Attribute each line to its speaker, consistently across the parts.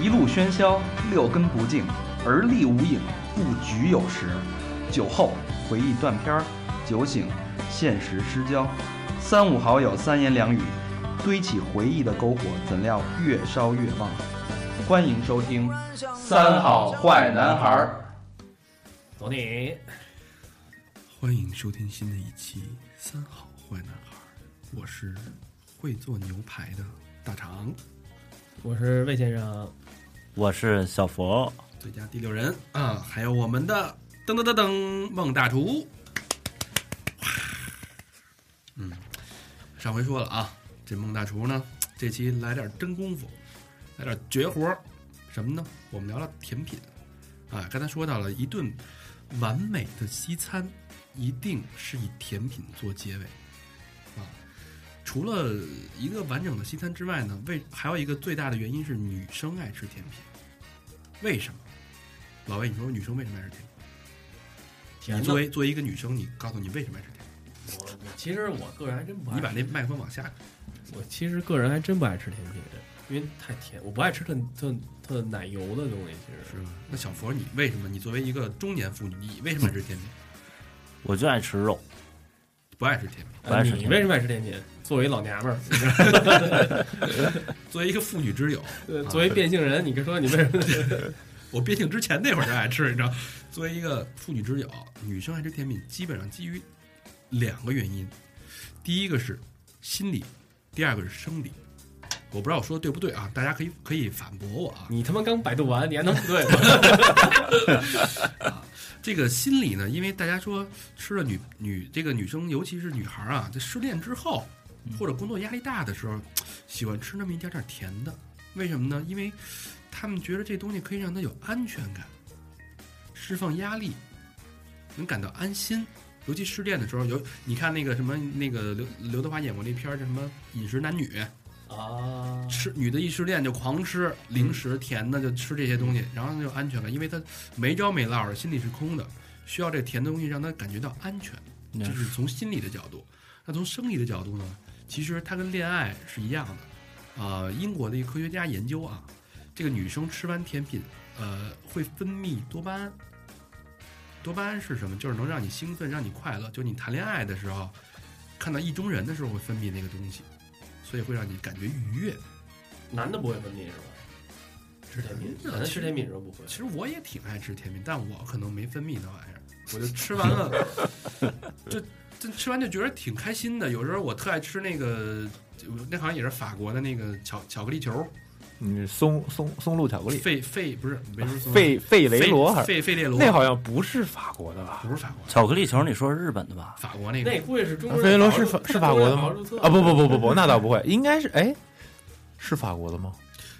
Speaker 1: 一路喧嚣，六根不净，而立无影，不局有时。酒后回忆断片儿，酒醒现实失焦。三五好友三言两语，堆起回忆的篝火，怎料越烧越旺。欢迎收听《三好坏男孩儿》。
Speaker 2: 走你！
Speaker 3: 欢迎收听新的一期《三好坏男孩》，我是会做牛排的大肠，
Speaker 2: 我是魏先生，
Speaker 4: 我是小佛，
Speaker 3: 最佳第六人啊，还有我们的噔噔噔噔孟大厨。嗯，上回说了啊，这孟大厨呢，这期来点真功夫，来点绝活儿，什么呢？我们聊聊甜品啊。刚才说到了一顿完美的西餐，一定是以甜品做结尾啊。除了一个完整的西餐之外呢，为还有一个最大的原因是女生爱吃甜品。为什么？老魏，你说女生为什么爱吃甜品？
Speaker 2: 甜
Speaker 3: 你
Speaker 2: 的
Speaker 3: 作。为作为一个女生，你告诉你为什么爱吃甜品？
Speaker 2: 我我其实我个人还真不爱，
Speaker 3: 你把那麦克风往下，
Speaker 2: 我其实个人还真不爱吃甜品，因为太甜，我不爱吃特特特奶油的东西。其实
Speaker 3: 是吧？那小佛，你为什么？你作为一个中年妇女，你为什么爱吃甜品？
Speaker 4: 我就爱吃肉。
Speaker 3: 不爱吃甜品？
Speaker 4: 不爱吃
Speaker 2: 呃你
Speaker 4: 甜品
Speaker 2: 为什么爱吃甜品？作为老娘们儿，
Speaker 3: 作为一个妇女之友，
Speaker 2: 呃作为变性人，你跟说你为什 么？
Speaker 3: 我变性之前那会儿就爱吃，你知道？作为一个妇女之友，女生爱吃甜品，基本上基于两个原因，第一个是心理，第二个是生理。我不知道我说的对不对啊？大家可以可以反驳我啊。
Speaker 2: 你他妈刚百度完，你还能不对吗？
Speaker 3: 这个心理呢，因为大家说吃了女女这个女生，尤其是女孩啊，在失恋之后或者工作压力大的时候，喜欢吃那么一点点甜的，为什么呢？因为他们觉得这东西可以让她有安全感，释放压力，能感到安心。尤其失恋的时候，有你看那个什么那个刘刘德华演过那片儿叫什么《饮食男女》，
Speaker 2: 啊，
Speaker 3: 吃女的一失恋就狂吃零食、甜的，就吃这些东西，然后她就有安全感，因为她没着没落的，心里是空的，需要这甜的东西让她感觉到安全，这是从心理的角度。那从生理的角度呢，其实它跟恋爱是一样的。啊，英国的一个科学家研究啊，这个女生吃完甜品，呃，会分泌多巴胺。多巴胺是什么？就是能让你兴奋，让你快乐。就你谈恋爱的时候，看到意中人的时候会分泌那个东西，所以会让你感觉愉悦。
Speaker 2: 男的不会分泌是吧？吃甜品，
Speaker 3: 男的
Speaker 2: 男的吃甜品的时候不会。
Speaker 3: 呃其实我也挺爱吃甜品，但我可能没分泌那玩意儿，我就吃完 了，就就吃完就觉得挺开心的。有时候我特爱吃那个，那好像也是法国的那个巧巧克力球，
Speaker 5: 嗯，松松松露巧克力，
Speaker 3: 费费不是没说
Speaker 5: 费费雷罗还是
Speaker 3: 费费列罗，
Speaker 5: 那好像不是法国的吧？
Speaker 3: 不是法国，
Speaker 4: 巧克力球，你说是日本的吧？
Speaker 3: 法国那
Speaker 2: 那
Speaker 3: 个
Speaker 2: 估计是中国
Speaker 5: 费
Speaker 2: 人
Speaker 5: 雷罗啊是
Speaker 2: 法
Speaker 5: 法是法国的吗？啊，不不不不不，那倒不会，应该是哎，是法国的吗？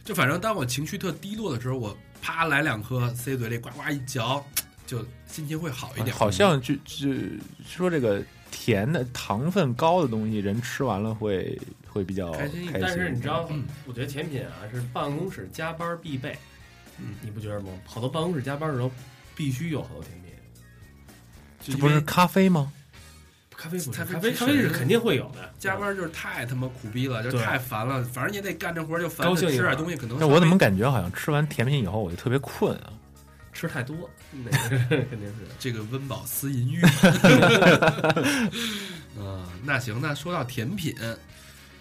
Speaker 3: 就反正当我情绪特低落的时候，我啪来两颗塞嘴里，呱呱一嚼，就心情会好一点。
Speaker 5: 好像就就说这个甜的糖分高的东西，人吃完了会会比较
Speaker 3: 开
Speaker 5: 开
Speaker 3: 心一
Speaker 5: 心
Speaker 3: 点。
Speaker 2: 但是你知道
Speaker 3: 嗯，
Speaker 2: 我觉得甜品啊是办公室加班必备，
Speaker 3: 嗯
Speaker 2: 你不觉得吗？好多办公室加班的时候必须有好多甜品，
Speaker 3: 就
Speaker 5: 这
Speaker 3: 因
Speaker 5: 不
Speaker 3: 为
Speaker 5: 是咖啡吗？
Speaker 2: 咖啡不是
Speaker 3: 咖啡
Speaker 2: 咖啡，
Speaker 3: 是
Speaker 2: 咖啡是肯定会有的。
Speaker 3: 加班就是太他妈苦逼了，就
Speaker 2: 对
Speaker 3: 太烦了，反正也得干这活儿就烦，
Speaker 2: 高兴一
Speaker 3: 吃
Speaker 2: 会
Speaker 3: 点
Speaker 2: 儿
Speaker 3: 东西可能
Speaker 5: 那我怎么感觉好像吃完甜品以后我就特别困啊？
Speaker 2: 嗯吃太多，
Speaker 5: 嗯
Speaker 2: 那个 肯定是。
Speaker 3: 这个温饱思淫 欲。嗯，那行，那说到甜品，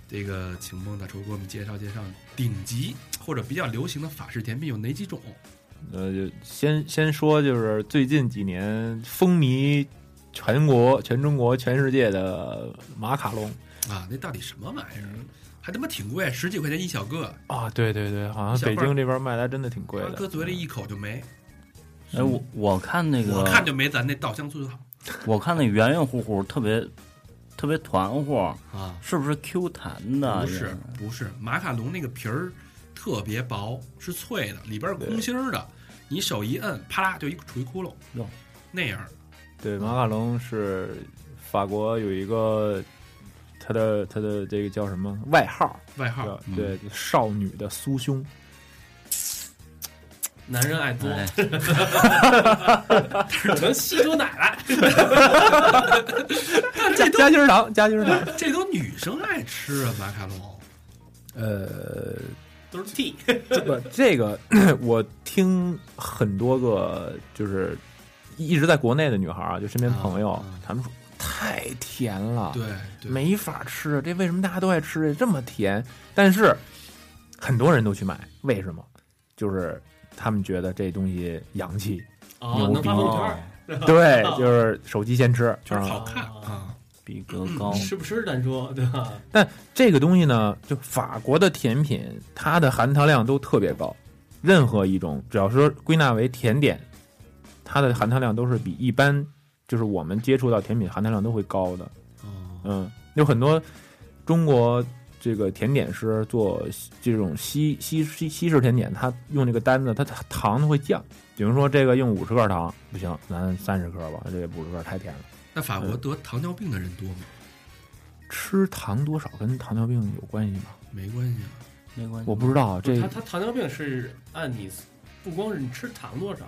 Speaker 3: 这个请孟大厨给我们介绍介绍顶级或者比较流行的法式甜品有哪几种？
Speaker 5: 呃，就先先说，就是最近几年风靡全国、全中国、全世界的马卡龙
Speaker 3: 啊，那到底什么玩意儿？
Speaker 2: 嗯
Speaker 3: 还他妈挺贵，十几块钱一小个，
Speaker 5: 啊，对对对，好
Speaker 3: 小
Speaker 5: 像北
Speaker 3: 份儿
Speaker 5: 京这边卖的还真的挺贵的，
Speaker 3: 搁
Speaker 2: 嗯
Speaker 3: 嘴里一口就没。
Speaker 4: 哎，我我看那个，
Speaker 3: 我看就没咱那稻香村好
Speaker 4: 我看那圆圆乎乎，特别特别团乎，
Speaker 3: 啊！
Speaker 4: 是不是 Q 弹的？
Speaker 5: 啊
Speaker 3: 不是不是，马卡龙那个皮儿特别薄，是脆的，里边儿空心儿的，你手一摁，啪啦就一杵一窟窿
Speaker 4: 哟，
Speaker 3: 那样儿。
Speaker 5: 对，马卡龙是法国有一个他的他的这个叫什么外号，
Speaker 3: 外号
Speaker 5: 叫
Speaker 3: 儿嗯
Speaker 5: 对少女的酥胸，
Speaker 2: 男人爱多，
Speaker 4: 哎，
Speaker 2: 只能吸出奶来。
Speaker 3: 啊
Speaker 5: 加加鸡儿糖，加鸡儿糖，啊
Speaker 3: 这都女生爱吃啊，马卡龙。
Speaker 5: 呃，
Speaker 2: 都是 T，
Speaker 5: 不，这个 我听很多个，就是一直在国内的女孩儿啊，就身边朋友，
Speaker 3: 嗯嗯
Speaker 5: 她们说太甜了，
Speaker 3: 对对，
Speaker 5: 没法吃，这为什么大家都爱吃这么甜？但是很多人都去买，为什么？就是他们觉得这东西洋气，
Speaker 2: 哦，能发朋友圈儿，
Speaker 5: 对，就是手机先吃，
Speaker 3: 啊就是
Speaker 5: 嗯
Speaker 3: 好看
Speaker 2: 啊
Speaker 3: 啊，
Speaker 4: 逼格高，
Speaker 3: 嗯
Speaker 2: 吃不吃咱说，对吧？
Speaker 5: 这个东西呢，就法国的甜品，它的含糖量都特别高，任何一种只要说归纳为甜点，它的含糖量都是比一般就是我们接触到甜品含糖量都会高的。
Speaker 3: 哦
Speaker 5: 嗯，有很多中国这个甜点师做西这种西西西西式甜点，他用这个单子，他它糖都会降。比如说这个用五十克糖不行，咱三十克吧，这五十克太甜了。
Speaker 3: 那法
Speaker 5: 嗯
Speaker 3: 国得糖尿病的人多吗？
Speaker 5: 吃糖多少跟糖尿病有关系吗？
Speaker 3: 没关系啊，
Speaker 4: 没关系，
Speaker 5: 我不知道啊这
Speaker 2: 他他糖尿病是按你不光是你吃糖多少，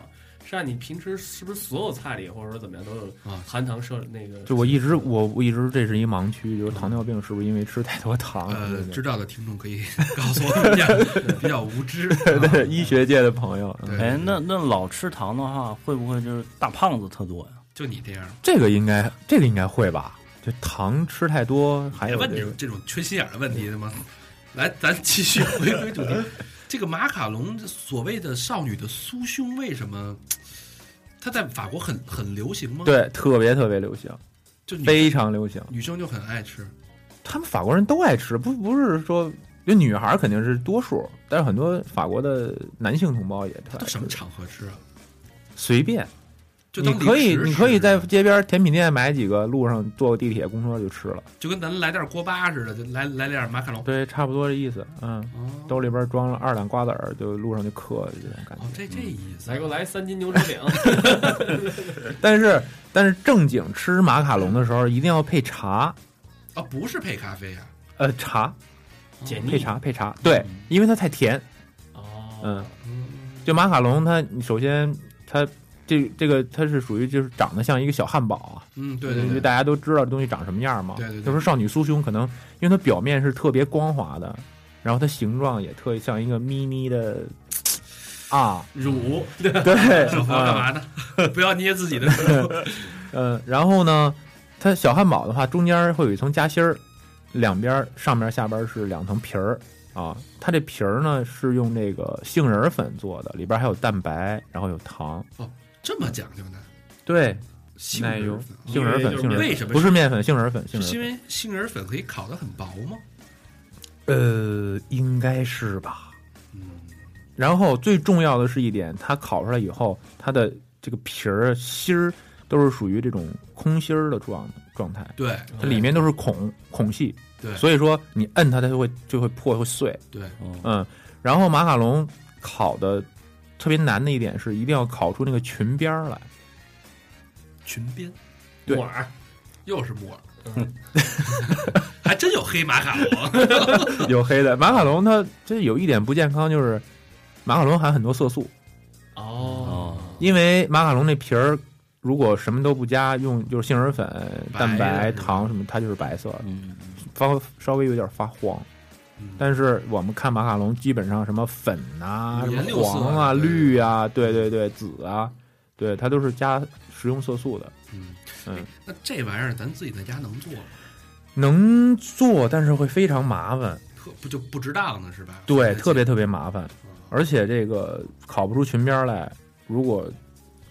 Speaker 2: 是按你平时是不是所有菜里或者说怎么样都有
Speaker 3: 啊
Speaker 2: 含糖摄那个。
Speaker 5: 就我一直我我一直这是一盲区，就是糖尿病是不是因为吃太多糖？啊
Speaker 3: 呃，知
Speaker 5: 对
Speaker 3: 道的听众可以 告诉我们一 下，比较无知。啊
Speaker 5: 对对，医学界的朋友，嗯
Speaker 3: 对
Speaker 4: 哎，那那老吃糖的话，会不会就是大胖子特多呀？
Speaker 3: 就你这样，
Speaker 5: 这个应该这个应该会吧？就糖吃太多，还
Speaker 3: 别
Speaker 5: 有
Speaker 3: 哎问这
Speaker 5: 这个
Speaker 3: 种这种缺心眼儿的问题的吗？来，咱继续回归主题。这个马卡龙，这所谓的少女的酥胸，为什么它在法国很很流行吗？，
Speaker 5: 对特别特别流行，
Speaker 3: 就女
Speaker 5: 非常流行。
Speaker 3: 女生就很爱吃。
Speaker 5: 他们法国人都爱吃，不不是说就女孩儿肯定是多数，但是很多法国的男性同胞也特爱
Speaker 3: 都
Speaker 5: 吃
Speaker 3: 什么场合吃啊？
Speaker 5: 随便，
Speaker 3: 就
Speaker 5: 你
Speaker 3: 当
Speaker 5: 可以
Speaker 3: 零食
Speaker 5: 你可以
Speaker 3: 吃
Speaker 5: 在街边甜品店买几个，路上坐个地铁、公车就吃了。
Speaker 3: 就跟咱来点锅巴似的，就来来点马卡龙。
Speaker 5: 对，差不多这意思，嗯。
Speaker 3: 哦，
Speaker 5: 兜里边装了二两瓜子儿，就路上就嗑这种感觉。
Speaker 3: 哦，这这意思。
Speaker 2: 来给我来三斤牛舌 饼，
Speaker 5: 但是但是正经吃马卡龙的时候，一定要配茶，
Speaker 3: 啊，不是配咖啡啊，
Speaker 5: 呃，茶
Speaker 2: 解腻
Speaker 5: 配茶配茶，对，因为它太甜。
Speaker 2: 哦，
Speaker 5: 嗯，
Speaker 3: 嗯，
Speaker 5: 就马卡龙它，你首先它这这个它是属于就是长得像一个小汉堡啊，
Speaker 3: 嗯，对
Speaker 5: 因
Speaker 3: 对
Speaker 5: 为
Speaker 3: 对，
Speaker 5: 大家都知道这东西长什么样嘛。
Speaker 3: 对对对
Speaker 5: 就说少女酥胸，可能因为它表面是特别光滑的，然后它形状也特像一个咪咪的。啊，
Speaker 2: 乳
Speaker 5: 对，
Speaker 3: 生活
Speaker 5: 啊
Speaker 3: 干嘛呢？不要捏自己的。
Speaker 5: 呃，然后呢，它小汉堡的话，中间会有一层夹心儿，两边儿上边儿下边儿是两层皮儿啊。它这皮儿呢是用那个杏仁粉做的，里边儿还有蛋白，然后有糖，
Speaker 3: 这么讲究呢？
Speaker 5: 对，
Speaker 3: 杏
Speaker 5: 奶
Speaker 3: 仁
Speaker 5: 油
Speaker 3: 粉，
Speaker 5: 杏仁
Speaker 2: 就
Speaker 5: 粉，
Speaker 2: 是
Speaker 5: 杏仁
Speaker 3: 为
Speaker 5: 粉
Speaker 3: 什么
Speaker 5: 不是面粉，杏仁粉，杏
Speaker 3: 是
Speaker 5: 仁
Speaker 3: 因
Speaker 5: 粉，
Speaker 3: 为杏仁粉可以烤得很薄吗？
Speaker 5: 呃，应该是吧。
Speaker 3: 嗯，
Speaker 5: 然后最重要的是一点，它烤出来以后，它的这个皮儿芯儿都是属于这种空心儿的状状态，
Speaker 3: 对
Speaker 5: 它里面都是孔孔隙，
Speaker 3: 对
Speaker 5: 所以说你摁它，它就会就会破会碎。
Speaker 3: 对，
Speaker 4: 哦，
Speaker 5: 嗯，然后马卡龙烤的特别难的一点是，一定要烤出那个裙 边儿来。
Speaker 3: 裙边
Speaker 5: 对
Speaker 2: 木耳，
Speaker 3: 又是木耳，嗯 还真有黑马卡
Speaker 5: 嗯
Speaker 3: 龙。哎
Speaker 5: 有黑的马卡龙，它这有一点不健康，就是马卡龙含很多色素，
Speaker 2: 哦，
Speaker 5: 因为马卡龙那皮儿如果什么都不加，用就是杏仁粉、
Speaker 3: 白
Speaker 5: 蛋白、
Speaker 3: 的是吧
Speaker 5: 糖什么，它就是白色的，
Speaker 4: 嗯，
Speaker 5: 发稍微有点发黄。
Speaker 3: 嗯
Speaker 5: 但是我们看马卡龙，基本上什么粉啊、
Speaker 3: 五
Speaker 5: 什
Speaker 3: 颜
Speaker 5: 么
Speaker 3: 六色
Speaker 5: 黄啊、
Speaker 3: 的对
Speaker 5: 绿啊，对对对，紫啊，对，它都是加食用色素的。
Speaker 3: 嗯，
Speaker 5: 嗯
Speaker 3: 哎那这玩意儿咱自己在家能做吗？
Speaker 5: 能做，但是会非常麻烦，
Speaker 3: 特不就不值当的是吧？
Speaker 5: 对，
Speaker 3: 现在
Speaker 5: 特别特别麻烦，
Speaker 3: 啊
Speaker 5: 而且这个烤不出裙边儿来，如果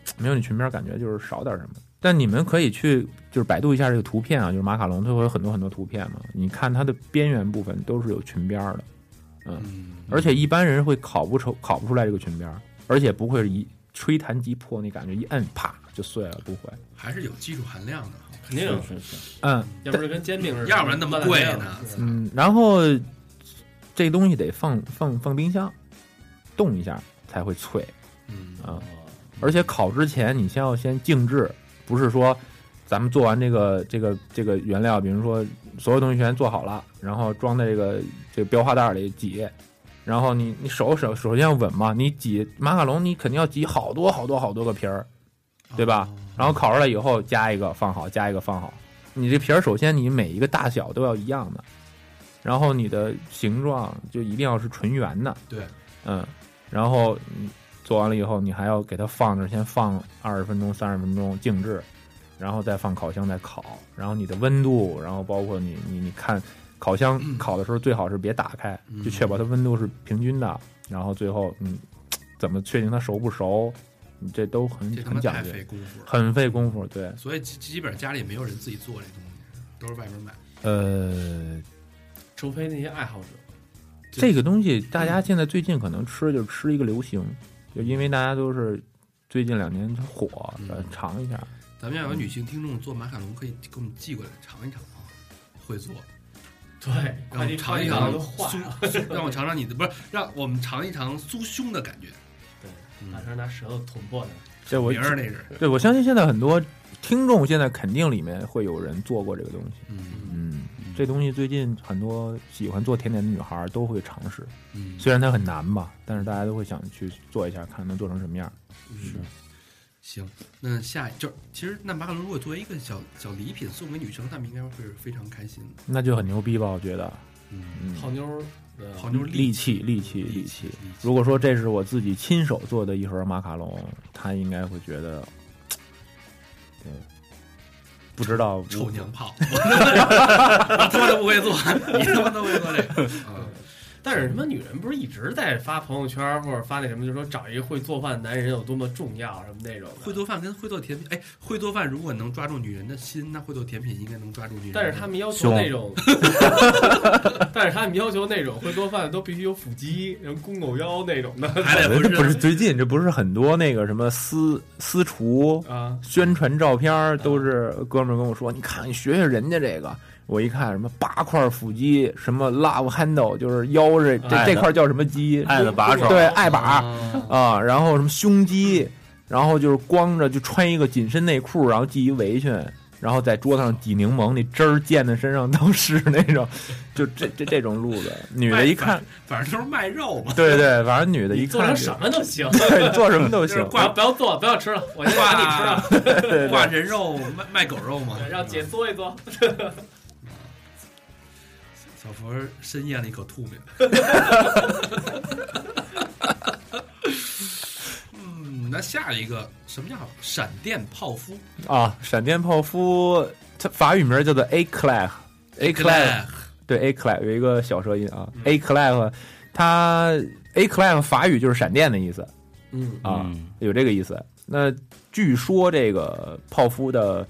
Speaker 5: 嘖没有你裙边儿，感觉就是少点儿什么。但你们可以去就是百度一下这个图片啊，就是马卡龙，它会有很多很多图片嘛，你看它的边缘部分都是有裙边儿的，
Speaker 3: 嗯，
Speaker 5: 而且一般人会烤不出烤不出来这个裙边儿，而且不会一吹弹即破，那感觉一摁啪就碎了，不会。
Speaker 3: 还是有技术含量的，
Speaker 2: 肯定有，
Speaker 4: 是是是，
Speaker 5: 嗯
Speaker 2: 要不是跟煎饼似的，
Speaker 3: 要不然那么贵呢
Speaker 2: 对
Speaker 5: 嗯，然后这东西得放放放冰箱，冻一下才会脆。
Speaker 3: 嗯
Speaker 5: 啊，而且烤之前你先要先静置，不是说咱们做完这个这个这个原料，比如说所有东西全做好了，然后装在这个这个裱花袋里挤，然后你你手手首先要稳嘛，你挤马卡龙你肯定要挤好多好多好多个皮儿，嗯对吧？
Speaker 3: 哦
Speaker 5: 然后烤出来以后加一个放好，加一个放好。你这皮儿首先你每一个大小都要一样的，然后你的形状就一定要是纯圆的，
Speaker 3: 对，
Speaker 5: 嗯，然后你做完了以后，你还要给它放那儿，先放二十分钟、三十分钟静置，然后再放烤箱再烤，然后你的温度，然后包括你你你看烤箱
Speaker 3: 嗯
Speaker 5: 烤的时候最好是别打开，就确保它温度是平均的，然后最后你怎么确定它熟不熟，你这都很
Speaker 3: 这他
Speaker 5: 很
Speaker 3: 妈
Speaker 5: 讲
Speaker 3: 太
Speaker 5: 究，
Speaker 3: 费功夫了。
Speaker 5: 很费功夫，对。
Speaker 3: 所以基基本上家里没有人自己做这东西，都是外边买。
Speaker 5: 呃，
Speaker 2: 除非那些爱好者，
Speaker 5: 这个东西大家现在最近可能吃就是吃一个流行，就因为大家都是最近两年它火，
Speaker 3: 嗯
Speaker 5: 呃，尝一下。
Speaker 3: 咱们要
Speaker 5: 嗯
Speaker 3: 有女性听众做马卡龙，可以给我们寄过来尝一尝啊，会做，
Speaker 2: 对，
Speaker 3: 让我
Speaker 2: 快递
Speaker 3: 们尝一
Speaker 2: 快递
Speaker 3: 尝
Speaker 2: 都坏了，
Speaker 3: 酥，酥 让我尝尝你的，不是让我们尝一尝酥胸的感觉。
Speaker 2: 对，打
Speaker 3: 嗯，
Speaker 2: 算拿舌头捅破它。
Speaker 5: 这我
Speaker 3: 名儿那是，
Speaker 5: 对我相信现在很多听众现在肯定里面会有人做过这个东西。
Speaker 3: 嗯
Speaker 5: 嗯，这东西最近很多喜欢做甜点的女孩都会尝试，
Speaker 3: 嗯，
Speaker 5: 虽然它很难吧，但是大家都会想去做一下，看能做成什么样。
Speaker 3: 是。嗯行，那下一就是其实那马卡龙如果作为一个小小礼品送给女生，她们应该会是非常开心的。
Speaker 5: 那就很牛逼吧？我觉得，
Speaker 3: 嗯，
Speaker 5: 嗯，
Speaker 2: 泡妞儿的
Speaker 3: 泡妞
Speaker 5: 利
Speaker 3: 器，
Speaker 5: 器，利器，
Speaker 3: 利
Speaker 5: 利器。
Speaker 3: 利器
Speaker 5: 如果说这是我自己亲手做的一盒马卡龙，他应该会觉得，对，不知道
Speaker 3: 臭娘 炮，我他妈都不会做，你他妈都不会做这个。啊
Speaker 2: 但是什么女人不是一直在发朋友圈儿或者发那什么，就说找一个会做饭的男人有多么重要什么那种的。
Speaker 3: 会做饭跟会做甜品，哎，会做饭如果能抓住女人的心，那会做甜品应该能抓住女人的。
Speaker 2: 但是他们要求
Speaker 5: 啊
Speaker 2: 那种， 但是他们要求那种会做饭的都必须有腹肌、人肱狗腰那种的
Speaker 3: 还得
Speaker 5: 这
Speaker 3: 不
Speaker 5: 不是
Speaker 3: 是
Speaker 5: 最近，这不是很多那个什么私私厨
Speaker 2: 啊。
Speaker 5: 宣传照片儿都是哥们儿跟我说，你看你学学人家这个。我一看什么八块腹肌，什么 love handle，就是腰这这
Speaker 4: 爱
Speaker 5: 这
Speaker 4: 的
Speaker 5: 块叫什么肌？
Speaker 4: 爱的把手，
Speaker 5: 对，爱把
Speaker 3: 啊
Speaker 5: 啊，然后什么胸肌，然后就是光着就穿一个紧身内裤，然后系一围裙，然后在桌子上挤柠檬，那汁儿溅的身上都是那种，就这这这种路子。女的一看，
Speaker 3: 反正都是卖肉嘛，
Speaker 5: 对对，反正女的一
Speaker 2: 哎你做成
Speaker 5: 看就
Speaker 2: 什，么都行，
Speaker 5: 对，做什么都
Speaker 3: 就是
Speaker 5: 行。
Speaker 2: 不要不要做，不要吃了，我先把你吃了。
Speaker 3: 挂人肉卖卖狗肉嘛。
Speaker 2: 让
Speaker 5: 嗯
Speaker 2: 姐嘬一嘬。
Speaker 3: 小佛深咽了一口吐沫。 嗯，那下一个什么叫闪电泡芙
Speaker 5: 啊，闪电泡芙，它法语名叫做 A clap。A clap，对 A clap 有一个小舌音啊。A clap，它 A clap 法语就是闪电的意思
Speaker 2: 嗯，
Speaker 5: 啊。
Speaker 4: 嗯
Speaker 5: 有这个意思。那据说这个泡芙的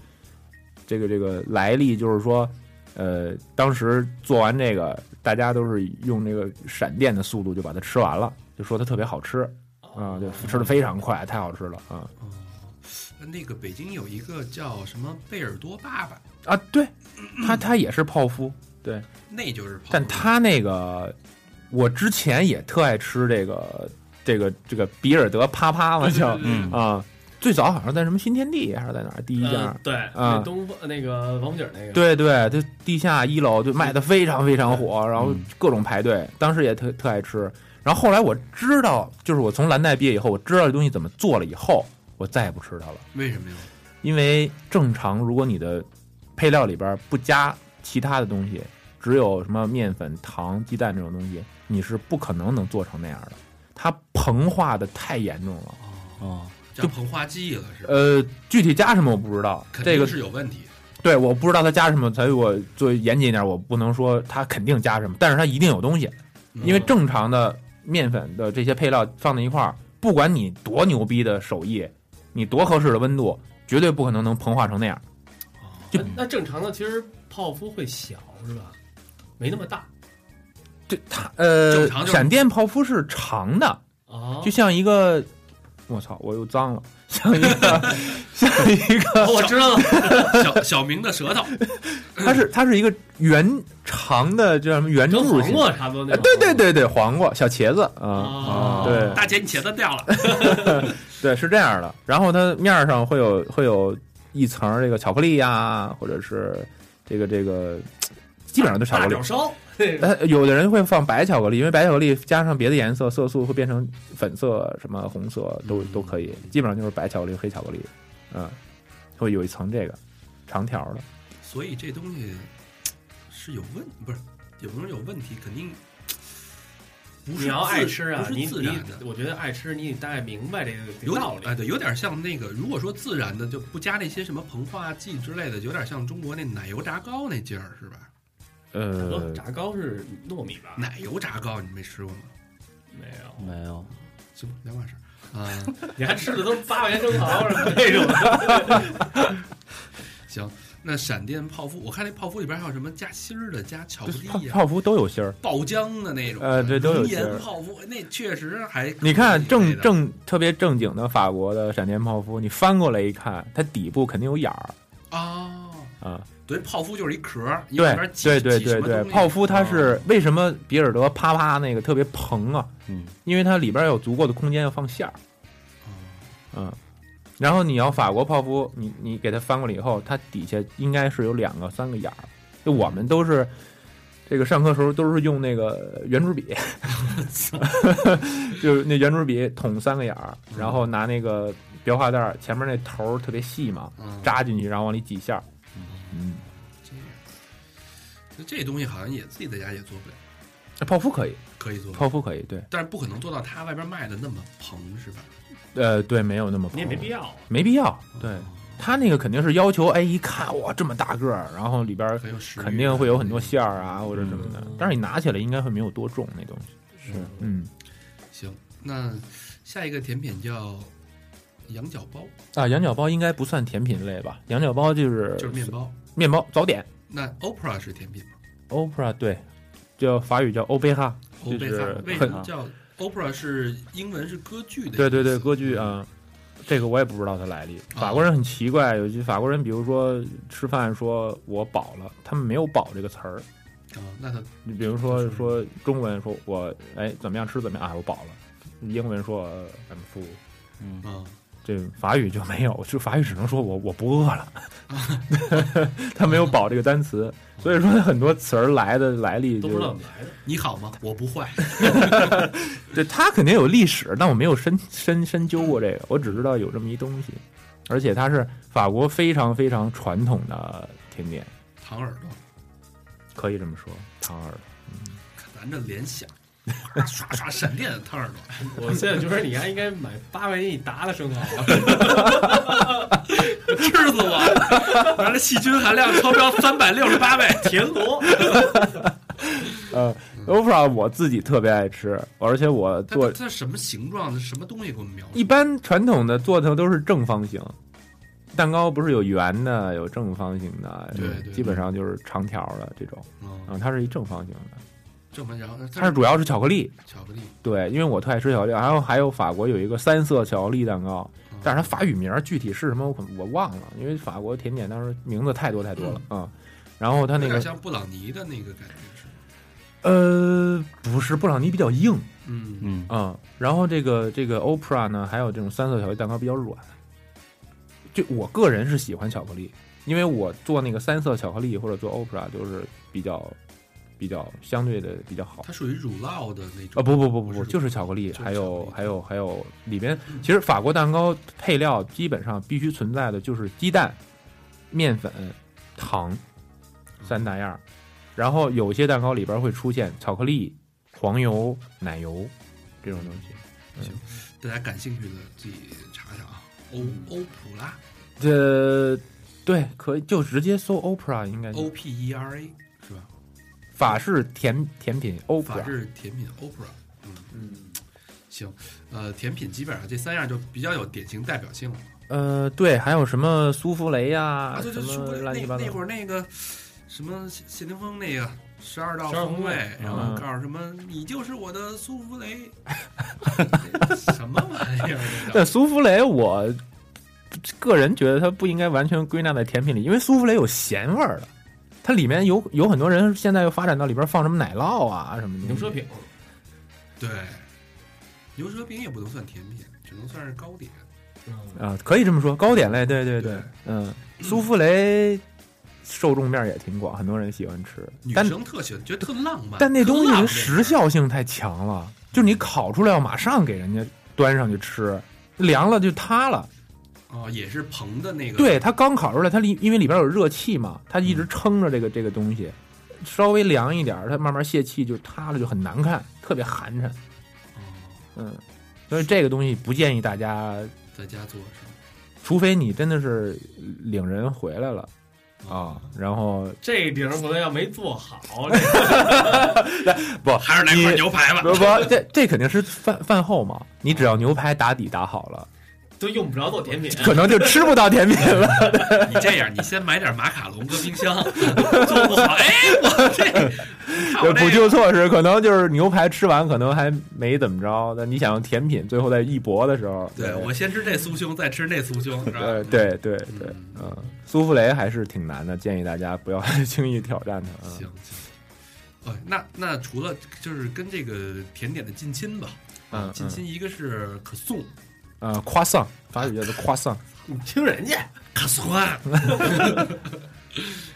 Speaker 5: 这个这个来历，就是说，呃，当时做完这个，大家都是用这个闪电的速度就把它吃完了，就说它特别好吃啊，就吃的非常快，太好吃了啊
Speaker 3: 哦，那个北京有一个叫什么贝尔多爸爸，
Speaker 5: 啊！对，它它也是泡芙，
Speaker 3: 那就是泡芙。
Speaker 5: 但它那个我之前也特爱吃这个这个这个比尔德啪啪嘛叫
Speaker 4: 嗯
Speaker 5: 啊，最早好像在什么新天地还是在哪儿第一家。
Speaker 2: 呃对，那东方那个王府井那个，
Speaker 5: 对对，就地下一楼就卖的非常非常火，然后
Speaker 4: 嗯
Speaker 5: 各种排队，当时也特特爱吃。然后后来我知道，就是我从蓝带毕业以后，我知道这东西怎么做了以后，我再也不吃它了，
Speaker 3: 为什么呀？
Speaker 5: 因为正常如果你的配料里边不加其他的东西，只有什么面粉、糖、鸡蛋这种东西，你是不可能能做成那样的。它膨化的太严重了，
Speaker 3: 哦，
Speaker 4: 哦，
Speaker 3: 叫膨化剂了是吧？
Speaker 5: 呃，具体加什么我不知道，
Speaker 3: 肯
Speaker 5: 这
Speaker 3: 定
Speaker 5: 个
Speaker 3: 是有问题。
Speaker 5: 对，我不知道他加什么，所以我做严谨一点，我不能说他肯定加什么，但是他一定有东西，因为正常的面粉的这些配料放在一块儿，不管你多牛逼的手艺，你多合适的温度，绝对不可能能膨化成那样。
Speaker 2: 那啊那正常的其实泡芙会小是吧？没那么大
Speaker 5: 这它呃
Speaker 3: 正常，就是
Speaker 5: 闪电泡芙是长的，
Speaker 2: 啊
Speaker 5: 就像一个，我操，我又脏了， 像一个 像一个，
Speaker 2: 哦我知道了，
Speaker 3: 小小明的舌头，
Speaker 5: 它是它是一个圆长的叫什么圆
Speaker 2: 跟
Speaker 5: 柱
Speaker 2: 黄
Speaker 5: 形。
Speaker 2: 瓜差不多那
Speaker 5: 呃
Speaker 2: 种。啊
Speaker 5: 对对对对，黄瓜、小茄子啊
Speaker 2: 哦，
Speaker 5: 对，
Speaker 3: 大姐你茄子掉了。
Speaker 5: 对，是这样的。然后它面儿上会有会有一层儿这个巧克力呀、或者是这个这个，基本上都是巧克
Speaker 2: 大
Speaker 5: 力
Speaker 2: 脚。烧， 那
Speaker 3: 哎
Speaker 2: 个
Speaker 5: 呃，有的人会放白巧克力，因为白巧克力加上别的颜色，色素会变成粉色、什么红色都都可以。基本上就是白巧克力、黑巧克力，嗯，会有一层这个长条的。
Speaker 3: 所以这东西是有问，不是有时候有问题，肯定不
Speaker 2: 你
Speaker 3: 是
Speaker 2: 要
Speaker 3: 自
Speaker 2: 爱吃啊，
Speaker 3: 不
Speaker 2: 你
Speaker 3: 是自
Speaker 2: 你
Speaker 3: 然的，，
Speaker 2: 我觉得爱吃你得大概明白这个这
Speaker 3: 有
Speaker 2: 个
Speaker 3: 点
Speaker 2: 道理
Speaker 3: 哎，。对，有点像那个，如果说自然的就不加那些什么膨化剂之类的，有点像中国那奶油炸糕那劲儿，是吧？
Speaker 2: 呃，
Speaker 5: 呃，
Speaker 2: 炸糕是糯米吧？
Speaker 3: 奶油炸糕你没吃过吗？
Speaker 2: 没有，
Speaker 4: 没有，
Speaker 3: 行，两码事儿啊。
Speaker 2: 你还吃的都是八块钱生 蚝什么那种的？
Speaker 3: 行，那闪电泡芙，我看那泡芙里边还有什么加心儿的、加巧克
Speaker 5: 就是
Speaker 3: 力
Speaker 5: 泡
Speaker 3: 呀、
Speaker 5: 泡芙都有芯儿。
Speaker 3: 爆浆的那种，
Speaker 5: 呃对都有
Speaker 3: 熔
Speaker 5: 馅儿
Speaker 3: 岩泡芙，那确实还可以
Speaker 5: 你看正
Speaker 3: 那个
Speaker 5: 正特别正经的法国的闪电泡芙，你翻过来一看，它底部肯定有眼儿
Speaker 3: 哦，
Speaker 5: 啊。
Speaker 3: 对，泡芙就是一壳儿，一
Speaker 5: 对
Speaker 3: 里边挤
Speaker 5: 对对
Speaker 3: 挤什
Speaker 5: 对
Speaker 3: 么
Speaker 5: 对
Speaker 3: 东，西啊
Speaker 5: 泡芙它是为什么比尔德啪啪那个特别蓬啊？
Speaker 4: 嗯，
Speaker 5: 因为它里边有足够的空间要放馅儿，
Speaker 3: 哦
Speaker 5: 嗯。然后你要法国泡芙，你你给它翻过来以后，它底下应该是有两个三个眼儿。就我们都是这个上课时候都是用那个圆珠 笔，就是那圆珠笔捅三个眼儿，然后拿那个裱花袋儿前面那头儿特别细嘛，
Speaker 3: 嗯
Speaker 5: 扎进去，然后往里挤馅儿。嗯，
Speaker 3: 这样，那这东西好像也自己在家也做不了，
Speaker 5: 泡芙可以，
Speaker 3: 可以做，
Speaker 5: 泡芙可以，对，
Speaker 3: 但是不可能做到它外边卖的那么蓬，是吧？
Speaker 5: 呃，对，没有那么
Speaker 2: 你也没必
Speaker 5: 要，
Speaker 2: 要啊。
Speaker 5: 没必要，对。他那个肯定是要求，哎，一看哇这么大个儿，然后里边儿
Speaker 3: 很有食欲
Speaker 5: 肯定会有很多馅儿啊或者什么的
Speaker 2: 嗯，
Speaker 5: 但是你拿起来应该会没有多重那东
Speaker 2: 是
Speaker 5: 西。嗯，
Speaker 3: 行，那下一个甜品叫羊角包，
Speaker 5: 啊，羊角包应该不算甜品类吧？羊角包就是
Speaker 3: 就是面包。
Speaker 5: 面包早点。
Speaker 3: 那 OPRA 是甜品吗？
Speaker 5: Opera 对，叫法语叫欧贝哈，
Speaker 3: 欧
Speaker 5: 就
Speaker 3: 贝哈
Speaker 5: 是
Speaker 3: 哦为什
Speaker 5: 很
Speaker 3: 么叫 OPRA？是英文是歌剧的，
Speaker 5: 对对对，歌剧。啊、这个我也不知道它来历。
Speaker 3: 啊
Speaker 5: 法国人很奇怪，有些法国人，比如说吃饭说我饱了，他们没有“饱”这个词儿。
Speaker 3: 啊，那它
Speaker 5: 你比如说说中文说我哎怎么样吃怎么样啊我饱了，英文说呃 I'm full，
Speaker 4: 嗯，
Speaker 3: 啊，
Speaker 5: 这法语就没有，就法语只能说我我不饿 了， 他没有“饱”这个单词，所以说很多词儿来的来历
Speaker 2: 都不
Speaker 5: 就是
Speaker 2: 知道怎么来的。
Speaker 3: 你好吗？我不坏。
Speaker 5: 对它肯定有历史，但我没有深深深究过这个，我只知道有这么一东西，而且它是法国非常非常传统的甜点，
Speaker 3: 糖耳朵，
Speaker 5: 可以这么说，糖耳。
Speaker 3: 看咱这联想，哗刷刷闪电糖耳朵。
Speaker 2: 我现在就说你还应该买八块钱一打的生蚝，啊
Speaker 3: 吃死我！完了，细菌含量超标三百六十八倍，
Speaker 2: 田螺。
Speaker 5: 呃，OPRA
Speaker 2: 嗯
Speaker 5: 我自己特别爱吃，而且我
Speaker 3: 它
Speaker 5: 做
Speaker 3: 它什么形状？什么东西给我们描述？
Speaker 5: 一般传统的做的都是正方形，蛋糕不是有圆的，有正方形的，
Speaker 3: 对对对
Speaker 5: 基本上就是长条的这种，
Speaker 3: 嗯
Speaker 5: 嗯，它是一正方形的，
Speaker 3: 正方形，然后
Speaker 5: 它是主要是巧克力，
Speaker 3: 巧克力，
Speaker 5: 对，因为我特爱吃巧克力，然后还有法国有一个三色巧克力蛋糕，
Speaker 3: 嗯
Speaker 5: 但是它法语名儿具体是什么我可我忘了，因为法国甜点当时名字太多太多了啊、嗯然后它那
Speaker 3: 有点
Speaker 5: 个
Speaker 3: 像布朗尼的那个感觉是吗？
Speaker 5: 呃不是布朗尼比较硬
Speaker 3: 嗯，
Speaker 4: 嗯，
Speaker 5: 啊、嗯然后这个这个 Opera 呢，还有这种三色巧克力蛋糕比较软。就我个人是喜欢巧克力，因为我做那个三色巧克力或者做 Opera 就是比较比较相对的比较好。
Speaker 3: 它属于乳酪的那种
Speaker 5: 啊、不不不不
Speaker 3: 不
Speaker 5: 不，
Speaker 3: 是
Speaker 5: 就是巧克力，
Speaker 3: 就是
Speaker 5: 还有
Speaker 3: 巧克力
Speaker 5: 还有还有里边，其实法国蛋糕配料基本上必须存在的就是鸡蛋、面粉、糖三大样儿，然后有些蛋糕里边会出现巧克力、黄油、奶油这种东西。
Speaker 3: 大家感兴趣的自己查查啊。欧
Speaker 5: 嗯
Speaker 3: 欧普拉
Speaker 5: 这呃对，可以就直接搜 Opera 应该
Speaker 3: ，O P E R A 是
Speaker 5: 啊
Speaker 3: 吧？
Speaker 5: 法式甜甜品
Speaker 3: 法
Speaker 5: Opera。
Speaker 3: 制甜品 OPRA，嗯，
Speaker 5: 嗯，
Speaker 3: 行，呃，甜品基本上这三样就比较有典型代表性了。
Speaker 5: 呃，对，还有什么苏芙蕾呀、
Speaker 3: 啊，对
Speaker 5: 什
Speaker 3: 对，是
Speaker 5: 么
Speaker 3: 不是那
Speaker 5: 乱七八糟
Speaker 3: 那。会儿那个什么谢谢霆锋那个十二道
Speaker 2: 十二
Speaker 3: 锋
Speaker 2: 宫位
Speaker 3: 然后
Speaker 5: 嗯
Speaker 3: 告诉什么你就是我的苏芙 蕾，什么玩意儿？
Speaker 5: 但苏芙蕾，我个人觉得它不应该完全归纳在甜品里，因为苏芙蕾有咸味儿的，它里面有有很多人现在又发展到里边放什么奶酪啊什么的。
Speaker 2: 牛舌饼，
Speaker 3: 对，牛舌饼也不能算甜品，只能算是糕点。嗯
Speaker 5: 啊、可以这么说，糕点类，对对
Speaker 3: 对
Speaker 5: 嗯，苏芙蕾受众面儿也挺广，很多人喜欢吃，
Speaker 3: 女
Speaker 5: 但
Speaker 3: 生特喜欢，觉得特浪漫。
Speaker 5: 但那东
Speaker 3: 特
Speaker 5: 西
Speaker 3: 浪
Speaker 5: 的
Speaker 3: 漫
Speaker 5: 时效性太强了，就是你烤出来要马上给人家端上去吃，凉了就塌了。
Speaker 3: 啊，也是膨的那个。
Speaker 5: 对，它刚烤出来，它里因为里边有热气嘛，它一直撑着这个这个东西，稍微凉一点儿，它慢慢泄气就塌了，就很难看，特别寒碜。嗯，所以这个东西不建议大家，
Speaker 3: 在家做是
Speaker 5: 除非你真的是领人回来了
Speaker 3: 吧？
Speaker 5: 啊，然后
Speaker 2: 这顶可能要没做好，
Speaker 5: 不
Speaker 3: 还是来块
Speaker 5: 你
Speaker 3: 牛排吧。
Speaker 5: 不不，这这肯定是饭饭后嘛，你只要牛排打底打好了，
Speaker 2: 这都用不着做甜品。
Speaker 5: 可能就吃不到甜品了。
Speaker 3: 你这样，你先买点马卡龙搁冰箱，做不好，哎，我这看我
Speaker 5: 补
Speaker 3: 这
Speaker 5: 救措施可能就是牛排吃完可能还没怎么着，但你想甜品最后在一搏的时候，
Speaker 3: 对我先吃这酥胸，再吃那酥胸，是吧？
Speaker 5: 对对对对，嗯，苏芙蕾还是挺难的，建议大家不要 轻易挑战啊它。
Speaker 3: 行行。哦，那那除了就是跟这个甜点的近亲吧，
Speaker 5: 嗯
Speaker 3: 近亲一个是可颂，
Speaker 5: 嗯，呃，夸上，法语叫做夸上，
Speaker 2: 你听人家，
Speaker 3: 卡 颂啊，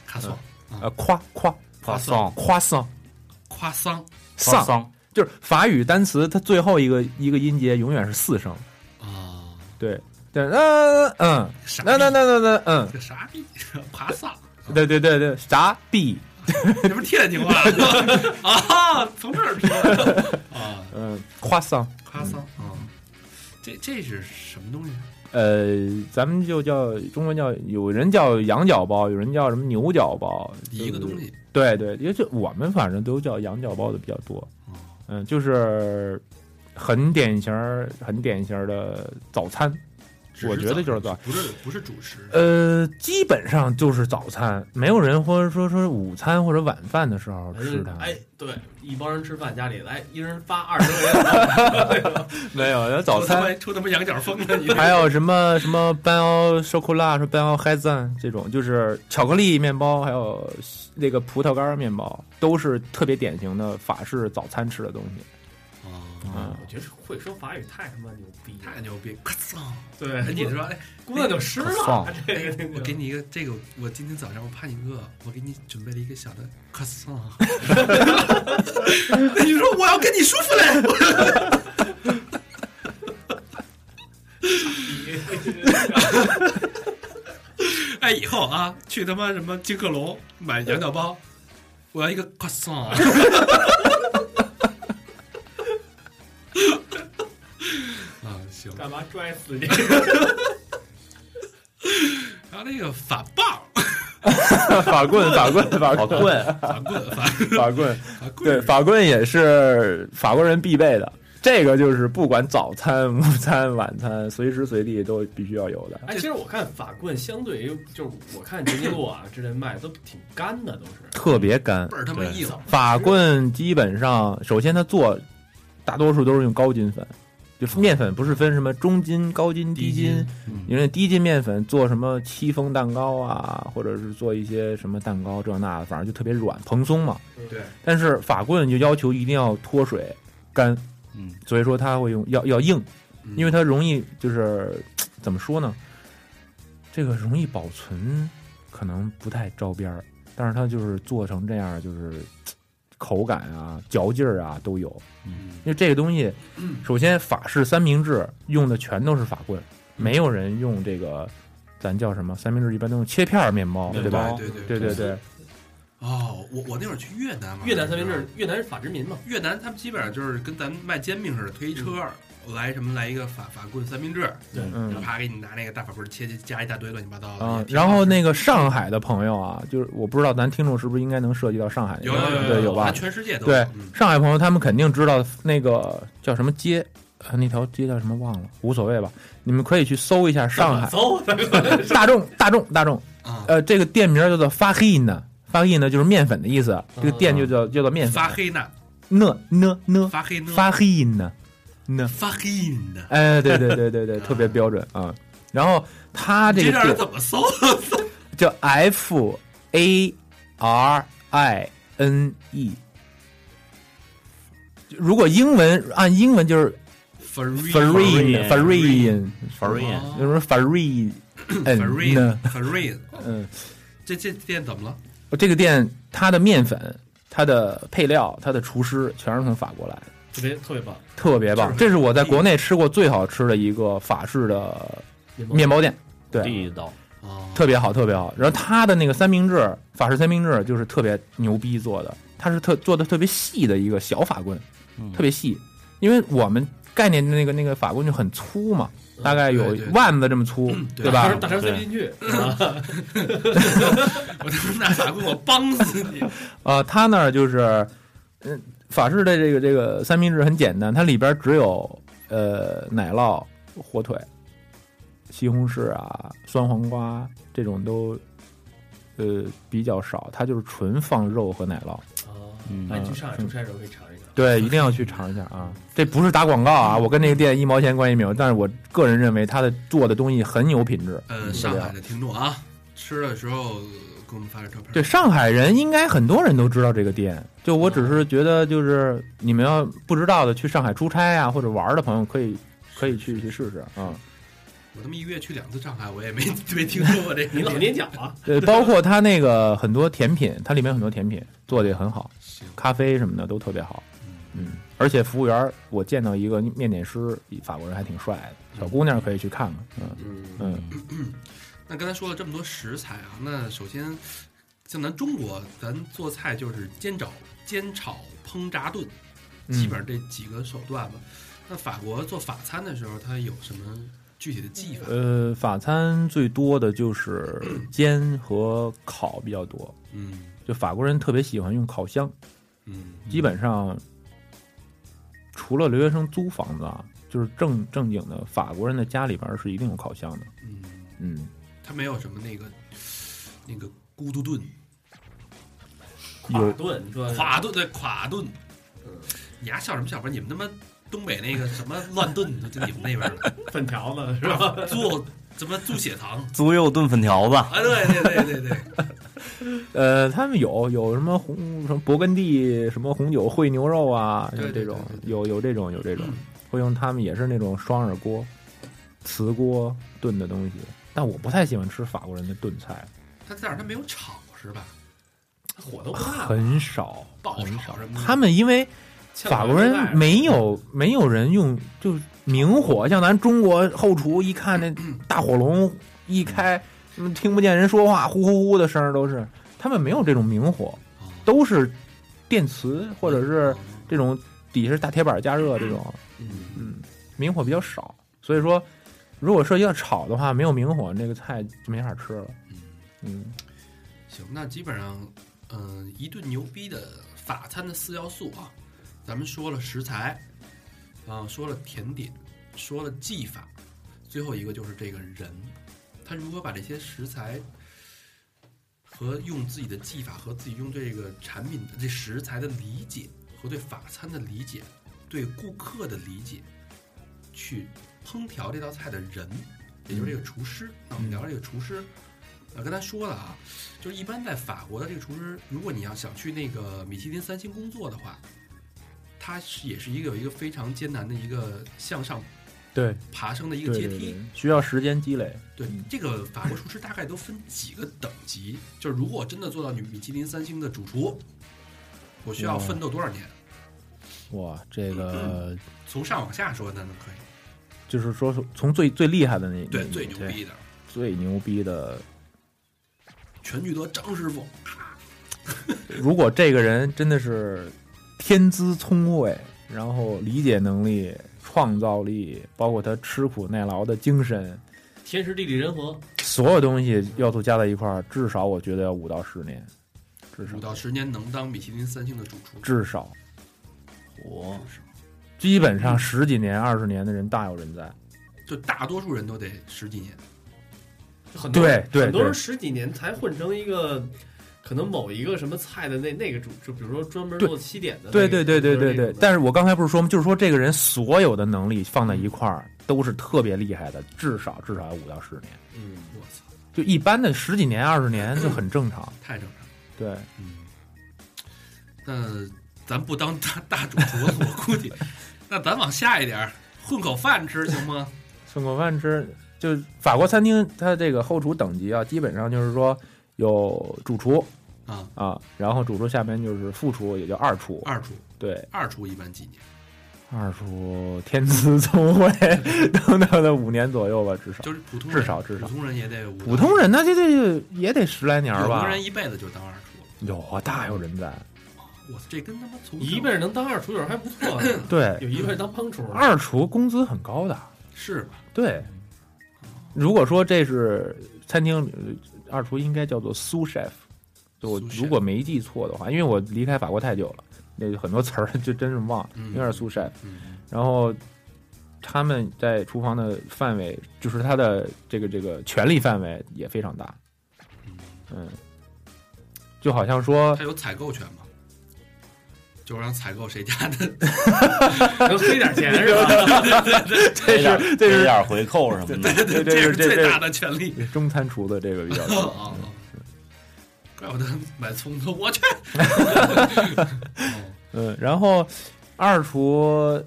Speaker 3: 卡颂，
Speaker 5: 呃，夸夸
Speaker 4: 夸桑
Speaker 5: 夸上
Speaker 3: 夸桑
Speaker 4: 夸
Speaker 5: 上，
Speaker 4: 桑，
Speaker 5: 就是法语单词，它最后一个一个音节永远是四声。
Speaker 3: 啊，
Speaker 5: 对，对，嗯嗯，
Speaker 3: 傻逼
Speaker 5: 那那那那那，嗯，
Speaker 3: 这傻逼，夸桑，
Speaker 5: 对对对对，啥逼？
Speaker 3: 这不是天津话 啊？从这儿说的啊，
Speaker 5: 嗯，夸上，
Speaker 3: 夸桑啊，这这是什么东西？
Speaker 5: 呃，咱们就叫中文叫，有人叫羊角包，有人叫什么牛角包，
Speaker 3: 一个东。西，
Speaker 5: 对对，因为这我们反正都叫羊角包的比较多。
Speaker 3: 哦
Speaker 5: 嗯，就是很典型儿、很典型儿的早餐。我觉得就是早
Speaker 3: 不是不是主食，
Speaker 5: 呃，基本上就是早餐，没有人或者说说午餐或者晚饭的时候吃它。
Speaker 2: 哎，对，一帮人吃饭，家里来一人发二十个
Speaker 3: 哎
Speaker 5: 没有，那早
Speaker 3: 出他
Speaker 5: 餐
Speaker 3: 妈出他妈羊角风了，你这
Speaker 5: 还有什么什么班奥烧库拉、说班奥嗨赞这种，就是巧克力面包，还有那个葡萄干面包，都是特别典型的法式早餐吃的东西。
Speaker 3: 啊
Speaker 5: 嗯，
Speaker 2: 我觉得会说法语太他妈牛逼了，
Speaker 3: 太牛逼！夸桑，
Speaker 2: 对
Speaker 3: 哎，你说， 哎，
Speaker 2: 姑娘就湿了
Speaker 5: 放，
Speaker 2: 这个
Speaker 3: 我给你一个这个，我今天早上我怕你饿，我给你准备了一个小的夸 桑。你说我要跟你舒服嘞，哎，以后啊，去他妈什么金客隆买羊角包，我要一个夸桑。 啊，行。
Speaker 2: 干嘛拽死你？
Speaker 3: 然后那个法棒、
Speaker 5: 法棍，法棍，法
Speaker 4: 好
Speaker 5: 棍，
Speaker 4: 棍，
Speaker 3: 法棍、法
Speaker 5: 法棍。
Speaker 3: 法棍
Speaker 5: 对，
Speaker 3: 是
Speaker 5: 法棍也是法国人必备的。这个就是不管早餐、午餐、晚餐，随时随地都必须要有的。
Speaker 2: 哎，其实我看法棍相对于就是我看杰尼路啊之类卖的都挺干的，都是
Speaker 5: 特别干
Speaker 3: 倍，儿他妈
Speaker 4: 对
Speaker 3: 硬，
Speaker 5: 法棍基本上，首先它做大多数都是用高筋粉，就面粉不是分什么中筋、高筋、低
Speaker 3: 嗯
Speaker 5: 筋，因为低筋面粉做什么戚风蛋糕啊，或者是做一些什么蛋糕这那的，反正就特别软蓬松嘛。
Speaker 2: 对。
Speaker 5: 但是法棍就要求一定要脱水干，
Speaker 4: 嗯，
Speaker 5: 所以说它会用要要硬。
Speaker 3: 嗯
Speaker 5: 因为它容易就是怎么说呢？这个容易保存，可能不太招边儿，但是它就是做成这样，就是口感啊、嚼劲儿啊都有。
Speaker 3: 嗯
Speaker 5: 因为这个东西，首先法式三明治用的全都是法棍，没有人用这个咱叫什么三明治，一般都用切片儿面包，
Speaker 4: 面
Speaker 5: 对吧
Speaker 4: 包？
Speaker 3: 对对
Speaker 5: 对对对，
Speaker 3: 哦，我我那会儿去越南玩，
Speaker 2: 越南三明治，，越南是法殖民嘛？
Speaker 3: 越南他们基本上就是跟咱们卖煎饼似的，推一车，我来什么来一个法法棍三明治，然后
Speaker 5: 嗯。
Speaker 3: 啪给你拿那个大法棍切切加一大堆乱七八糟
Speaker 5: 啊
Speaker 3: 的，，
Speaker 5: 然后
Speaker 3: 那
Speaker 5: 那个上海的朋友啊，就是我不知道咱听众是不是应该能涉及到上海
Speaker 3: 有
Speaker 5: 那边
Speaker 3: 有
Speaker 5: 对
Speaker 3: 有
Speaker 5: 吧
Speaker 3: 咱？全世界都有
Speaker 5: 对
Speaker 3: 嗯，
Speaker 5: 上海朋友他们肯定知道那个叫什么街，呃那条街叫什么忘了，无所谓吧。你们可以去搜一下上海
Speaker 2: 走，
Speaker 5: 大众大众大众，
Speaker 3: 啊，
Speaker 5: 呃，这个店名叫做 Fahina。发 i 呢就是面粉的意思，这个店就叫叫做面
Speaker 3: 嗯
Speaker 5: 粉。
Speaker 3: 发黑呢，
Speaker 5: 呢呢呢
Speaker 3: 发黑呢，
Speaker 5: 发 i 呢呢，
Speaker 3: 发黑呢，
Speaker 5: 哎，对对对对对，
Speaker 3: 啊
Speaker 5: 特别标准啊。然后他这
Speaker 3: 这
Speaker 5: 个
Speaker 3: 让人
Speaker 5: 店
Speaker 3: 怎么搜？
Speaker 5: 叫 F A R I N E，如果英文按英文就是 Farin
Speaker 4: Farin
Speaker 5: Farin
Speaker 4: 法瑞
Speaker 3: 哦
Speaker 5: 有什么 Farin 呢？
Speaker 3: Farin，Farin，
Speaker 5: 嗯，
Speaker 3: 这这店怎么了？
Speaker 5: 这个店它的面粉、它的配料、它的厨师全是从法国来的，
Speaker 2: 特别特别棒。
Speaker 5: 特别棒。
Speaker 3: 就是
Speaker 5: 这是我在国内吃过最好吃的一个法式的
Speaker 2: 面包
Speaker 5: 面包店。对，
Speaker 4: 地道，
Speaker 3: 啊，
Speaker 5: 特别好，特别好。然后它的那个三明治，法式三明治就是特别牛逼做的，它是特做的特别细的一个小法棍，
Speaker 4: 嗯
Speaker 5: 特别细，因为我们概念的那个那个法棍就很粗嘛，大概有
Speaker 3: 嗯对对嗯
Speaker 5: 腕子这么粗，
Speaker 3: 对
Speaker 5: 对
Speaker 2: 大
Speaker 5: 吧
Speaker 2: 肠？大肠塞不进去，
Speaker 3: 我他妈拿法棍我帮死 你！
Speaker 5: 呃，它那儿就是，嗯，法式的这个这个三明治很简单，它里边只有呃奶酪、火腿、西红柿啊、酸黄瓜这种都呃比较少，它就是纯放肉和奶酪。
Speaker 2: 啊，
Speaker 4: 嗯
Speaker 2: 哎，去上海出差的时候可以尝一尝。
Speaker 5: 对，一定要去尝一下啊！这不是打广告啊，我跟那个店一毛钱关系没有，但是我个人认为它的做的东西很有品质。
Speaker 3: 呃，上海的听众啊，吃的时候给我们发点照片。
Speaker 5: 对，上海人应该很多人都知道这个店，就我只是觉得，就是你们要不知道的，去上海出差啊或者玩儿的朋友，可以可以去去试试啊。
Speaker 3: 我他妈一个月去两次上海，我也没没听说过这个。
Speaker 2: 你老踮脚啊，
Speaker 5: 对，包括它那个很多甜品，它里面很多甜品做的也很好，
Speaker 3: 行，
Speaker 5: 咖啡什么的都特别好。嗯，而且服务员儿，我见到一个面点师，法国人还挺帅的，小姑娘可以去看看。嗯
Speaker 2: 嗯，
Speaker 5: 嗯。
Speaker 3: 那刚才说了这么多食材啊，那首先像咱中国，咱做菜就是煎炒、煎炒、烹炸、炖，
Speaker 5: 嗯
Speaker 3: 基本上这几个手段吧。那法国做法餐的时候，它有什么具体的技法？
Speaker 5: 呃，法餐最多的就是煎和烤比较多，
Speaker 3: 嗯
Speaker 5: 就法国人特别喜欢用烤箱，
Speaker 3: 嗯
Speaker 5: 基本上除了留学生租房子啊，就是正正经的法国人的家里边是一定有烤箱的。
Speaker 3: 嗯，
Speaker 5: 嗯，
Speaker 3: 它没有什么那个那个咕嘟炖、
Speaker 2: 垮炖，你说
Speaker 3: 垮炖对垮炖。
Speaker 2: 嗯
Speaker 3: 你丫笑什么笑？不是你们他妈东北那个什么乱炖，就你们那边儿的
Speaker 2: 粉条子是 吧？
Speaker 3: 做什么猪血糖？
Speaker 4: 猪肉炖粉条子，
Speaker 3: 啊，对对对对对，
Speaker 5: 呃，他们有有什么红什么勃艮第什么红酒烩牛肉啊，
Speaker 3: 对
Speaker 5: 像
Speaker 3: 对
Speaker 5: 这种
Speaker 3: 对对
Speaker 5: 有有这种有这种
Speaker 3: 嗯，
Speaker 5: 会用他们也是那种双耳锅、瓷锅炖的东西，但我不太喜欢吃法国人的炖菜。
Speaker 3: 他在哪儿？他没有炒是吧？
Speaker 2: 火都不大，
Speaker 5: 很少，
Speaker 3: 爆
Speaker 5: 很
Speaker 3: 炒
Speaker 5: 少
Speaker 3: 什么的
Speaker 5: 他们因为
Speaker 2: 呛
Speaker 5: 法
Speaker 2: 得
Speaker 5: 国
Speaker 2: 都在
Speaker 5: 人没
Speaker 3: 嗯
Speaker 5: 有没有人用就是明火，像咱中国后厨一 看那大火龙一开，嗯听不见人说话，呼呼呼的声儿都是。他们没有这种明火，
Speaker 3: 哦
Speaker 5: 都是电磁或者是这种底下是大铁板加热这种，
Speaker 3: 嗯，
Speaker 5: 嗯，明火比较少。所以说，如果说要炒的话，没有明火，那个菜就没法吃了。嗯，
Speaker 3: 行，那基本上，嗯、一顿牛逼的法餐的四要素啊，咱们说了食材，啊，说了甜点，说了技法，最后一个就是这个人，他如何把这些食材和用自己的技法和自己用对这个产品的这食材的理解和对法餐的理解，对顾客的理解，去烹调这道菜的人，也就是这个厨师。那我们聊聊这个厨师。呃，刚才说了啊，就是一般在法国的这个厨师，如果你要想去那个米其林三星工作的话，它是也是一个有一个非常艰难的一个向上
Speaker 5: 对，
Speaker 3: 爬升的一个
Speaker 5: 对
Speaker 3: 阶
Speaker 5: 对
Speaker 3: 梯。
Speaker 5: 对，嗯需要时间积累。
Speaker 3: 对，这个法国厨师大概都分几个等级？就是如果真的做到米米其林三星的主厨，我需要
Speaker 5: 哇
Speaker 3: 奋斗多少年？
Speaker 5: 哇，这 个
Speaker 3: 从上往下说，那那可以。
Speaker 5: 就是说从最最厉害的那
Speaker 3: 对，
Speaker 5: 那
Speaker 3: 最牛逼的
Speaker 5: 最牛逼的，
Speaker 3: 全聚德张师傅，
Speaker 5: 如果这个人真的是天资聪慧，然后理解能力、创造力，包括他吃苦耐劳的精神，
Speaker 2: 天时地利人和，
Speaker 5: 所有东西要素加在一块儿，至少我觉得要五到十年，至少
Speaker 3: 五到十年能当米其林三星的主厨，
Speaker 5: 至少
Speaker 4: 我
Speaker 5: 基本上十几年、二十年的人大有人在。
Speaker 3: 就大多数人都得十几年。
Speaker 2: 很多人
Speaker 5: 对对
Speaker 2: 很多人
Speaker 5: 对
Speaker 2: 十几年才混成一个。可能某一个什么菜的那那个主，就比如说专门做西点的那
Speaker 5: 对
Speaker 2: 个，
Speaker 5: 对对对对
Speaker 2: 就是那
Speaker 5: 对
Speaker 2: 种，的
Speaker 5: 但是我刚才不是说吗？就是说这个人所有的能力放在一块儿都是特别厉害的，至少至少要五到十年。
Speaker 2: 嗯，
Speaker 3: 我操，
Speaker 5: 就一般的十几年、二十年就很正常。
Speaker 3: 太正常了。
Speaker 5: 对，
Speaker 3: 嗯，那咱不当大大主厨了，我估计。那咱往下一点儿，混口饭吃行吗？
Speaker 5: 混口饭吃，就法国餐厅它这个后厨等级啊，基本上就是说有主厨
Speaker 3: 啊，
Speaker 5: 啊，然后主厨下边就是副厨，也叫二厨。
Speaker 3: 二厨，
Speaker 5: 对，
Speaker 3: 二厨一般几年？
Speaker 5: 二叔天资聪慧等等的五年左右吧，至少
Speaker 3: 就是普通
Speaker 5: 至
Speaker 3: 人
Speaker 5: 少至少
Speaker 3: 普通人也得五
Speaker 5: 普通人那这这也得十来年
Speaker 3: 有
Speaker 5: 吧
Speaker 3: 的，人一辈子就当二厨，
Speaker 5: 有啊，大有人在。
Speaker 3: 我这跟他妈从
Speaker 2: 一辈子能当二厨有时候还不
Speaker 5: ，
Speaker 2: 错呢
Speaker 5: 对，
Speaker 2: 有一辈子当帮厨呢，
Speaker 5: 二厨工资很高的，
Speaker 3: 是吧？
Speaker 5: 对。如果说这是餐厅呃二厨，应该叫做苏 chef，就我
Speaker 3: sous chef
Speaker 5: 如果没记错的话，因为我离开法国太久了，那很多词儿 就真是忘了，
Speaker 3: 嗯
Speaker 5: 应该是苏 chef。
Speaker 3: 嗯，
Speaker 5: 然后他们在厨房的范围，就是他的这个这个权力范围也非常大，嗯，就好像说
Speaker 3: 他有采购权吗？就让采购谁家 的
Speaker 2: 能黑点钱是吧？
Speaker 5: 这是这
Speaker 4: 给
Speaker 5: 是
Speaker 4: 点回扣什么的，
Speaker 5: 这
Speaker 3: 这
Speaker 5: 这
Speaker 3: 是
Speaker 5: 是这
Speaker 3: 最大
Speaker 5: 这
Speaker 3: 的权利。
Speaker 5: 是中餐厨的这个比 较多。
Speaker 3: 哦哦怪不得买葱头，我去。哦
Speaker 5: 嗯，然后二厨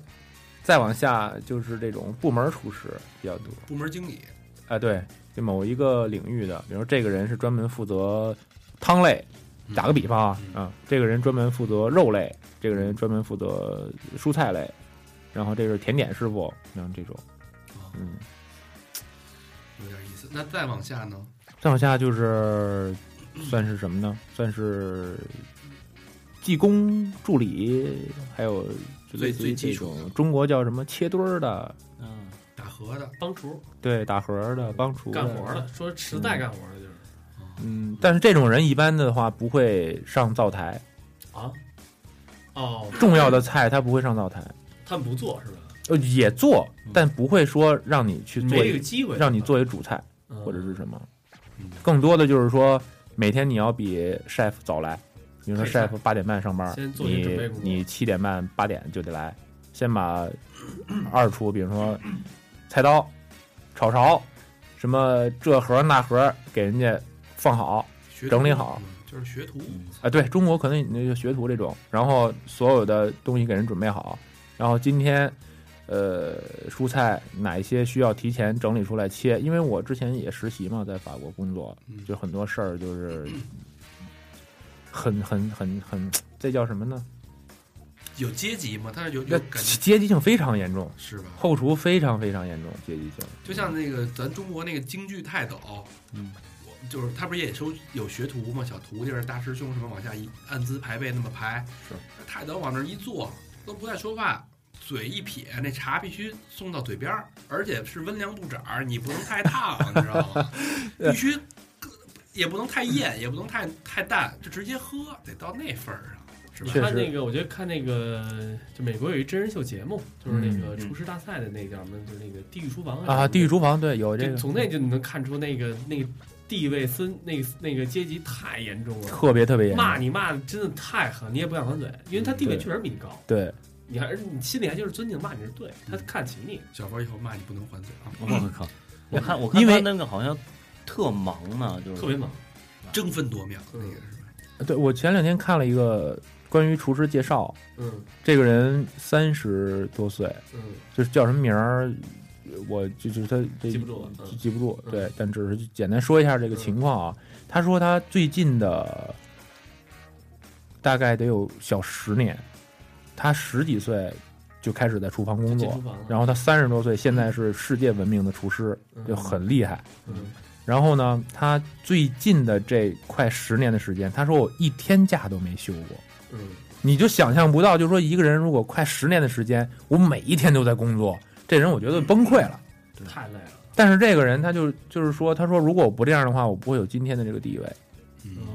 Speaker 5: 再往下就是这种部门厨师比较多。
Speaker 3: 部门经理，
Speaker 5: 哎，对，就某一个领域的，比如这个人是专门负责汤类，打个比方啊，
Speaker 3: 嗯
Speaker 5: 嗯，这个人专门负责肉类，这个人专门负责蔬菜类，然后这是甜点师傅，像这种，
Speaker 3: 哦
Speaker 5: 嗯，
Speaker 3: 有点意思。那再往下呢？
Speaker 5: 再往下就是算是什么呢？算是技工助理，还有就
Speaker 3: 最
Speaker 5: 类似于
Speaker 3: 最基
Speaker 5: 这
Speaker 3: 础的
Speaker 5: 种中国叫什么切墩儿的，
Speaker 4: 嗯，
Speaker 3: 打荷的，
Speaker 2: 帮厨
Speaker 5: 对，打盒儿的帮厨的
Speaker 2: 干活的，说实在干活的就是
Speaker 5: 嗯，但是这种人一般的话不会上灶台，
Speaker 2: 啊，哦，
Speaker 5: 重要的菜他不会上灶台，
Speaker 2: 他们不做是吧？
Speaker 5: 呃，也做，但不会说让你去做
Speaker 2: 没这
Speaker 5: 一
Speaker 2: 个机会，
Speaker 5: 嗯让你做一主菜
Speaker 2: 嗯
Speaker 5: 或者是什么
Speaker 3: 嗯，
Speaker 5: 更多的就是说每天你要比 chef 早来，比如说
Speaker 2: 可以看
Speaker 5: chef 八点半上班
Speaker 2: 先，做些准备
Speaker 5: 你
Speaker 2: 工作
Speaker 5: 你七点半八点就得来，先把二厨，比如说菜刀、炒勺，什么这盒那盒给人家放好，
Speaker 3: 学徒
Speaker 5: 整理好
Speaker 3: 嗯就是学徒。
Speaker 5: 啊，对中国可能你就学徒这种，然后所有的东西给人准备好，然后今天，呃，蔬菜哪一些需要提前整理出来切？因为我之前也实习嘛，在法国工作，
Speaker 3: 嗯
Speaker 5: 就很多事儿就是很很很很，这叫什么呢？
Speaker 3: 有阶级吗？他是有
Speaker 5: 那
Speaker 3: 有感觉
Speaker 5: 阶级性非常严重，
Speaker 3: 是吧？
Speaker 5: 后厨非常非常严重，阶级性。
Speaker 3: 就像那个咱中国那个京剧泰斗，
Speaker 4: 嗯，
Speaker 3: 我就是他不是也收有学徒吗？小徒弟儿、大师兄什么往下一按资排辈那么排，
Speaker 5: 是
Speaker 3: 那泰斗往那儿一坐都不带说话，嘴一撇，那茶必须送到嘴边儿，而且是温凉不盏儿，你不能太烫，你知道 吗？必须也不能太艳，也不能太太淡，就直接喝，得到那份儿上，是吧
Speaker 5: 确？
Speaker 2: 看
Speaker 5: 实
Speaker 2: 那个，我觉得看那个，就美国有一真人秀节目，就是那个
Speaker 3: 嗯
Speaker 2: 厨师大赛的那叫什么，就是那个《地狱厨房》
Speaker 5: 啊，地狱厨房对有
Speaker 2: 房
Speaker 5: 这个
Speaker 2: 从那就你能看出那个那个地位分那个那个阶级太严重了，
Speaker 5: 特别特别严重
Speaker 2: 骂，你骂的真的太狠，你也不敢还嘴，因为他地位确实比你高，
Speaker 5: 对，
Speaker 2: 你还是你心里还就是尊敬，骂你是对，他
Speaker 5: 嗯
Speaker 2: 看起你，
Speaker 3: 小佛以后骂你不能还嘴 啊，
Speaker 4: 我靠，我看我看
Speaker 5: 因为
Speaker 4: 他那个好像特忙呢，就是
Speaker 5: 嗯
Speaker 2: 特别猛，
Speaker 3: 争分夺秒那
Speaker 2: 嗯
Speaker 3: 个是吧？
Speaker 5: 对我前两天看了一个关于厨师介绍。
Speaker 2: 嗯
Speaker 5: 这个人三十多岁，
Speaker 2: 嗯，
Speaker 5: 就是叫什么名儿，我就就是他这
Speaker 2: 记不住了嗯
Speaker 5: 记不住。
Speaker 2: 嗯
Speaker 5: 对，但只是简单说一下这个情况啊。他说他最近的大概得有小十年，他十几岁就开始在厨房工
Speaker 2: 进
Speaker 5: 作
Speaker 2: 厨，房了，
Speaker 5: 然后他三十多岁，现在是世界闻名的厨师，
Speaker 2: 嗯
Speaker 5: 就很厉害。
Speaker 2: 嗯
Speaker 5: 然后呢，他最近的这快十年的时间，他说我一天假都没休过。
Speaker 2: 嗯，
Speaker 5: 你就想象不到，就是说一个人如果快十年的时间，我每一天都在工作，这人我觉得崩溃了。
Speaker 2: 太累了，
Speaker 5: 但是这个人他就就是说，他说如果我不这样的话，我不会有今天的这个地位。
Speaker 3: 嗯，
Speaker 2: 嗯，